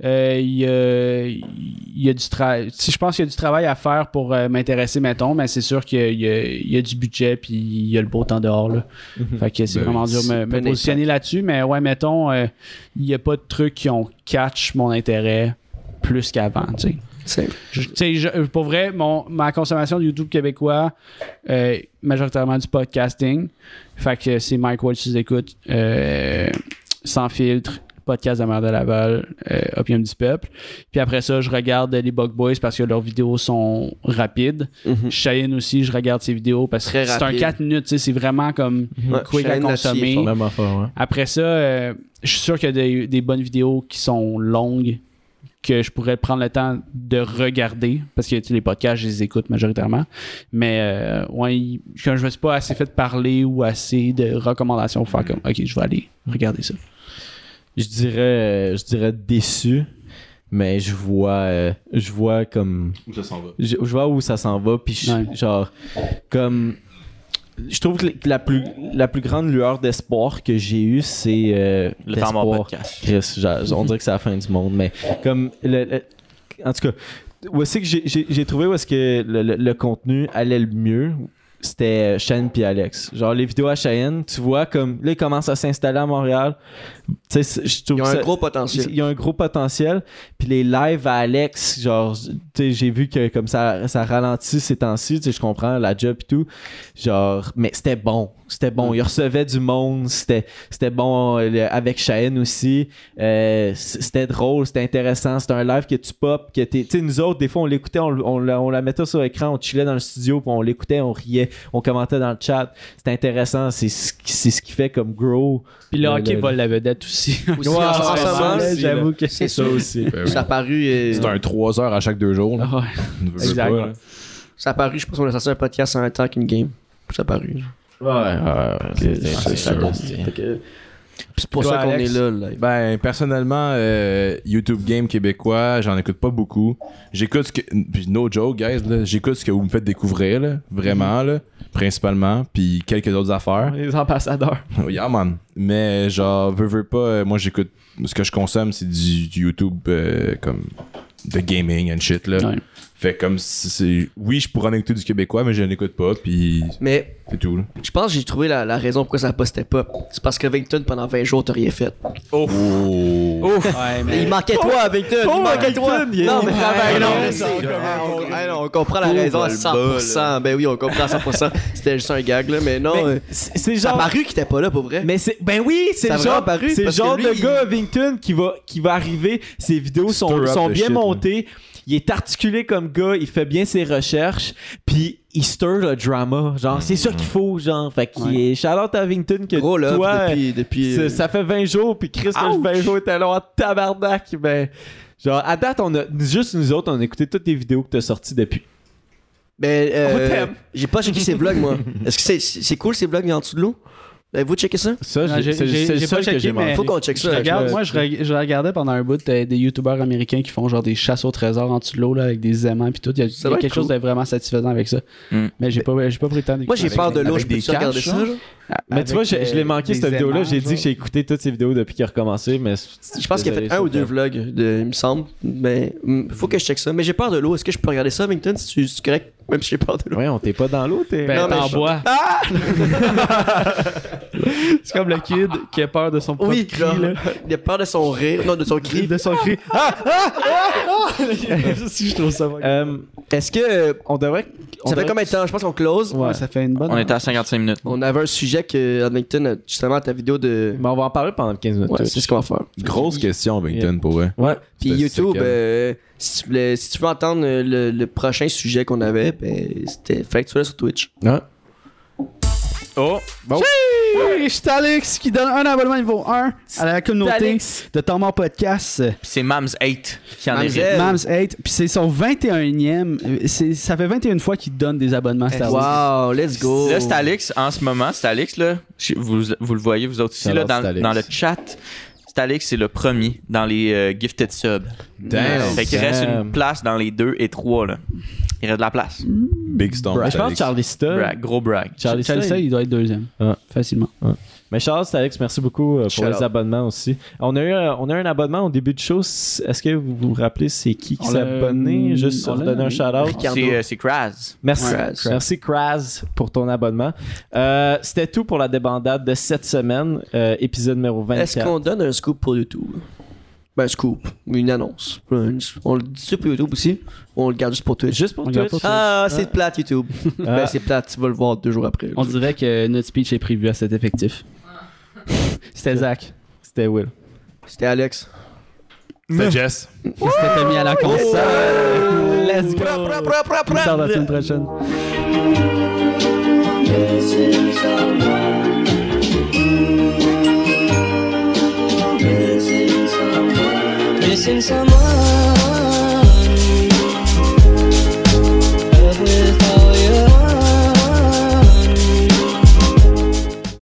[SPEAKER 3] Euh, Il y, a, il y a du travail. Si je pense qu'il y a du travail à faire pour euh, m'intéresser, mettons, mais c'est sûr qu'il y a, il y a- il y a du budget puis il y a le beau temps dehors. Là. Fait que c'est
[SPEAKER 6] Ben
[SPEAKER 3] vraiment
[SPEAKER 6] oui,
[SPEAKER 3] dur de me, me
[SPEAKER 2] impact.
[SPEAKER 3] positionner là-dessus, mais ouais, mettons, euh, il n'y a pas de trucs qui ont catch mon intérêt plus qu'avant. tu sais.
[SPEAKER 2] C'est-
[SPEAKER 3] Je- tu sais, je- pour vrai, mon, ma consommation de YouTube québécois, euh, majoritairement du podcasting. Fait que c'est Mike Wall, si tu écoutes, euh, sans filtre, podcast de Mère de Laval, euh, Opium du Peuple. Puis après ça, je regarde euh, les Bug Boys parce que leurs vidéos sont rapides.
[SPEAKER 2] Mhm.
[SPEAKER 3] Cheyenne aussi, je regarde ses vidéos parce que
[SPEAKER 2] Très
[SPEAKER 3] c'est un
[SPEAKER 2] rapide. Mhm.
[SPEAKER 3] 4 minutes, tu sais, c'est vraiment comme
[SPEAKER 2] Ouais,
[SPEAKER 3] quick à
[SPEAKER 2] Shane là-dessus, il est
[SPEAKER 3] consommer.
[SPEAKER 2] fort.
[SPEAKER 1] Même affaire, ouais.
[SPEAKER 3] Après ça, euh, je suis sûr qu'il y a des, des bonnes vidéos qui sont longues que je pourrais prendre le temps de regarder parce que tu sais, les podcasts, je les écoute majoritairement. Mais euh, ouais, il- quand je me suis pas assez fait parler ou assez de recommandations pour faire comme OK, je vais aller regarder ça.
[SPEAKER 1] Je dirais, euh, je dirais déçu, mais je vois, euh, je vois comme,
[SPEAKER 6] Où ça s'en va.
[SPEAKER 1] je, je vois où ça s'en va, puis je-
[SPEAKER 3] Ouais.
[SPEAKER 1] genre comme, je trouve que la plus, la plus grande lueur d'espoir que j'ai eue, c'est euh,
[SPEAKER 5] Le temps mort
[SPEAKER 1] d'espoir.
[SPEAKER 5] podcast.
[SPEAKER 1] Chris, j'a- on dirait que c'est la fin du monde, mais comme le- le- en tout cas, où est-ce que j'ai- j'ai j'ai trouvé où est-ce que le, le- le contenu allait le mieux? C'était Shane puis Alex. Genre les vidéos à Shane, tu vois comme là ils commencent à s'installer à Montréal. Tu sais, c'est- je trouve
[SPEAKER 2] Ils ont
[SPEAKER 1] ça-
[SPEAKER 2] un gros potentiel.
[SPEAKER 1] il y a un gros potentiel. Puis les lives à Alex, genre, tu sais, j'ai vu que comme ça, ça ralentit ces temps-ci, tu sais, je comprends, la job et tout. Genre, mais c'était bon. C'était bon. Il recevait du monde. C'était, c'était bon euh, le- avec Shane aussi. Euh, c- c'était drôle, c'était intéressant. C'était un live que tu pop, que t'es. Tu sais, nous autres, des fois, on l'écoutait, on, le- on la- on la mettait sur l'écran, on chillait dans le studio, puis on l'écoutait, on riait, on commentait dans le chat. C'était intéressant. C'est ce, qui- c'est ce qui fait comme grow.
[SPEAKER 3] Puis le
[SPEAKER 1] Le-
[SPEAKER 3] hockey
[SPEAKER 1] le-
[SPEAKER 3] vole la vedette aussi.
[SPEAKER 2] Aussi, en- en ce moment,
[SPEAKER 1] ouais,
[SPEAKER 2] c'est-
[SPEAKER 1] j'avoue que
[SPEAKER 2] c'est
[SPEAKER 1] ça
[SPEAKER 2] sûr.
[SPEAKER 1] aussi.
[SPEAKER 2] (laughs) Ça a paru, euh,
[SPEAKER 6] Ben C'est un 3 heures à chaque deux jours. Là.
[SPEAKER 3] Ah (laughs) ouais.
[SPEAKER 6] Ne veux
[SPEAKER 3] Exact.
[SPEAKER 6] pas, là.
[SPEAKER 2] ça a paru, je pense qu'on a sorti un podcast en même temps qu'une game. Ça a paru.
[SPEAKER 1] Ouais, ouais,
[SPEAKER 2] C'est ça. Fait que- Puis C'est pour
[SPEAKER 3] Toi,
[SPEAKER 2] ça qu'on est
[SPEAKER 3] Alex?
[SPEAKER 2] là, le live.
[SPEAKER 6] Ben, personnellement, euh, YouTube Game québécois, j'en écoute pas beaucoup. J'écoute ce que. puis No joke, guys, là, j'écoute ce que vous me faites découvrir, là, vraiment, là, principalement, puis quelques autres affaires. Oh,
[SPEAKER 1] Les ambassadeurs.
[SPEAKER 6] yeah, man. Mais, genre, veux, veux pas, euh, moi, j'écoute. Ce que je consomme, c'est du, du YouTube, euh, comme. de gaming and shit, là.
[SPEAKER 3] Ouais.
[SPEAKER 6] Fait comme. si c'est- Oui, je pourrais en écouter du québécois, mais je n'écoute pas, puis
[SPEAKER 2] Mais
[SPEAKER 6] c'est tout, là.
[SPEAKER 2] je pense que j'ai trouvé la, la raison pourquoi ça postait pas. C'est parce que Vington, pendant 20 jours, t'as rien fait.
[SPEAKER 5] Oh,
[SPEAKER 3] Ouais, mais-
[SPEAKER 2] Il manquait toi, Vington! Il manquait toi!
[SPEAKER 1] il est-
[SPEAKER 2] Non, mais
[SPEAKER 1] Ouais,
[SPEAKER 2] travaille, non,
[SPEAKER 1] ouais,
[SPEAKER 2] mais
[SPEAKER 1] c'est
[SPEAKER 2] ça, on- on- hey, non, on comprend la raison à 100%. Ben oui, on comprend à 100%. C'était juste un gag, là, mais non. euh,
[SPEAKER 1] C'est c'est
[SPEAKER 2] Ça a
[SPEAKER 1] genre.
[SPEAKER 2] paru qu'il était pas là, pour vrai.
[SPEAKER 1] Mais c'est ben oui, c'est le
[SPEAKER 2] Ça a vraiment
[SPEAKER 1] genre
[SPEAKER 2] paru,
[SPEAKER 1] c'est le
[SPEAKER 2] parce
[SPEAKER 1] genre
[SPEAKER 2] que
[SPEAKER 1] de
[SPEAKER 2] lui,
[SPEAKER 1] gars Vington qui va qui va arriver, ses vidéos sont,
[SPEAKER 6] Stir up
[SPEAKER 1] sont
[SPEAKER 6] the
[SPEAKER 1] bien
[SPEAKER 6] shit,
[SPEAKER 1] montées, il est articulé comme gars, il fait bien ses recherches, puis il stir le drama, genre c'est ça qu'il faut genre, fait qu'il
[SPEAKER 3] Ouais.
[SPEAKER 1] est Charlotte à Vington que
[SPEAKER 2] Gros love
[SPEAKER 1] toi
[SPEAKER 2] depuis. depuis
[SPEAKER 1] c'est-
[SPEAKER 2] euh,
[SPEAKER 1] ça fait 20 jours puis Chris que le 20 jours était là en tabarnak, ben genre à date on a juste nous autres on a écouté toutes les vidéos que t'as sorties depuis.
[SPEAKER 2] Ben,
[SPEAKER 1] On
[SPEAKER 2] euh,
[SPEAKER 1] t'aime.
[SPEAKER 2] j'ai pas checké ses vlogs, moi. Est-ce que c'est, c'est cool ces vlogs en dessous de l'eau? Ben, vous checkez ça?
[SPEAKER 1] Ça
[SPEAKER 3] Non, j'ai-
[SPEAKER 1] c'est
[SPEAKER 3] j'ai-
[SPEAKER 1] c'est le
[SPEAKER 3] j'ai
[SPEAKER 1] seul
[SPEAKER 3] pas
[SPEAKER 1] que
[SPEAKER 3] checké,
[SPEAKER 1] j'ai
[SPEAKER 3] mais-
[SPEAKER 1] manqué.
[SPEAKER 2] Faut qu'on check
[SPEAKER 3] Je
[SPEAKER 2] ça.
[SPEAKER 3] regarde-
[SPEAKER 1] je-
[SPEAKER 3] moi, je, reg- je regardais pendant un bout euh, des youtubeurs américains qui font genre des chasses au trésor en dessous de l'eau là, avec des aimants puis tout. Il y a, il y a
[SPEAKER 2] Ça doit être
[SPEAKER 3] quelque chose
[SPEAKER 2] cool.
[SPEAKER 3] de vraiment satisfaisant avec ça.
[SPEAKER 1] Hmm.
[SPEAKER 5] Mm.
[SPEAKER 3] Mais j'ai pas, j'ai pas pris le temps d'écouter.
[SPEAKER 2] Moi, j'ai peur de l'eau, je
[SPEAKER 6] avec
[SPEAKER 2] peux
[SPEAKER 6] des
[SPEAKER 2] regarder
[SPEAKER 6] caches,
[SPEAKER 2] ça?
[SPEAKER 6] hein?
[SPEAKER 2] genre?
[SPEAKER 1] Mais tu vois, je,
[SPEAKER 3] euh,
[SPEAKER 1] je l'ai manqué cette vidéo-là. J'ai dit que
[SPEAKER 3] j'ai
[SPEAKER 1] j'ai écouté toutes ces vidéos depuis qu'il a recommencé, mais
[SPEAKER 2] Je pense qu'il a fait un ou deux vlogs, de- il me semble. Mais mm, faut que je check ça. Mais j'ai peur de l'eau. Est-ce que je peux regarder ça, Mington, si tu es correct? Même si j'ai peur de l'eau.
[SPEAKER 1] Ouais, on t'es pas dans l'eau, t'es.
[SPEAKER 3] Ben,
[SPEAKER 2] Non, mais
[SPEAKER 3] t'en
[SPEAKER 2] je- Ah!
[SPEAKER 3] bois. (laughs) C'est comme le kid qui a peur de son propre
[SPEAKER 2] Oui,
[SPEAKER 3] cri,
[SPEAKER 2] genre,
[SPEAKER 3] là.
[SPEAKER 2] il a peur de son rire, non, de son cri.
[SPEAKER 3] De son cri. Ah! si (laughs) je trouve ça vague.
[SPEAKER 1] Euh, Est-ce que euh, on devrait. on
[SPEAKER 2] Ça fait
[SPEAKER 1] devrait-
[SPEAKER 2] combien de temps? Je pense qu'on close.
[SPEAKER 1] Ouais.
[SPEAKER 3] Ça fait une bonne.
[SPEAKER 5] On était à 55 minutes.
[SPEAKER 2] On avait un sujet que, Admington, a- justement, à ta vidéo de.
[SPEAKER 1] Mais ben, on va en parler pendant 15 minutes.
[SPEAKER 2] Ouais, c'est ce qu'on va faire.
[SPEAKER 6] Grosse question, Bington, pour vrai.
[SPEAKER 1] Ouais.
[SPEAKER 2] Puis
[SPEAKER 6] C'était
[SPEAKER 2] YouTube,
[SPEAKER 6] second.
[SPEAKER 2] euh, si, tu voulais- si tu veux entendre euh, le, le prochain sujet qu'on avait, ben, c'était fallait que tu sois là sur Twitch.
[SPEAKER 5] Oh!
[SPEAKER 3] Oui, je suis Alex qui donne un abonnement niveau 1 à la communauté
[SPEAKER 1] Alex.
[SPEAKER 3] de Temps Mort Podcast.
[SPEAKER 5] Puis c'est Mams 8 qui en
[SPEAKER 2] Mams
[SPEAKER 5] est
[SPEAKER 2] Eight. Elle.
[SPEAKER 3] Mams 8, puis c'est son 21e. euh, c'est- Ça fait 21 fois qu'il donne des abonnements Star Wars.
[SPEAKER 2] Wow, let's go.
[SPEAKER 5] Là, c'est Alex, en ce moment, c'est Alex, là. Je- Vous, vous le voyez, vous autres ici, là,
[SPEAKER 1] Alors,
[SPEAKER 5] dans,
[SPEAKER 1] c'est Alex.
[SPEAKER 5] dans le chat. C'est Alex, c'est le premier dans les euh, gifted subs.
[SPEAKER 6] Damn.
[SPEAKER 5] Fait qu'il reste
[SPEAKER 1] Damn.
[SPEAKER 5] une place dans les deux et trois, là. Il reste de la place.
[SPEAKER 6] Big Storm.
[SPEAKER 1] Je pense que Charlie Star.
[SPEAKER 5] Brag, gros brag.
[SPEAKER 1] Charlie
[SPEAKER 3] Charles
[SPEAKER 1] Star,
[SPEAKER 3] Sey,
[SPEAKER 1] il-
[SPEAKER 3] il doit être deuxième.
[SPEAKER 2] Ah.
[SPEAKER 1] Ouais.
[SPEAKER 3] Facilement.
[SPEAKER 1] Mais Charles, c'est Alex, merci beaucoup euh, pour
[SPEAKER 2] Shout
[SPEAKER 1] les
[SPEAKER 2] out.
[SPEAKER 1] abonnements aussi. On a eu euh, on a eu un abonnement au début de show. C- Est-ce que vous vous rappelez c'est qui qui
[SPEAKER 3] On
[SPEAKER 1] s'est
[SPEAKER 3] l'a-
[SPEAKER 1] abonné Juste
[SPEAKER 3] on
[SPEAKER 1] pour
[SPEAKER 3] l'a
[SPEAKER 1] donner un
[SPEAKER 3] nommé.
[SPEAKER 1] shout-out.
[SPEAKER 2] Ricardo.
[SPEAKER 5] C'est, euh, c'est Kraz.
[SPEAKER 1] Merci,
[SPEAKER 2] Ouais, Kraz.
[SPEAKER 1] merci Kraz pour ton abonnement. Euh, C'était tout pour la débandade de cette semaine, euh, épisode numéro 24.
[SPEAKER 2] Est-ce qu'on donne un scoop pour YouTube? Ben, un scoop, une annonce. Une- On le dit sur YouTube aussi, ou on le garde juste pour Twitch?
[SPEAKER 1] Juste pour
[SPEAKER 3] On
[SPEAKER 1] Twitch.
[SPEAKER 3] regarde pas
[SPEAKER 2] Ah, c'est plate YouTube.
[SPEAKER 1] Ah.
[SPEAKER 2] ben, c'est plate, tu vas le voir deux jours après.
[SPEAKER 3] On dirait que notre speech est prévu à cet effectif. (laughs) C'était Zach.
[SPEAKER 1] C'était Will.
[SPEAKER 2] C'était Alex.
[SPEAKER 6] C'était Jess.
[SPEAKER 3] C'était Tommy à la console. Let's go. Plus tard la semaine prochaine.
[SPEAKER 8] Missing someone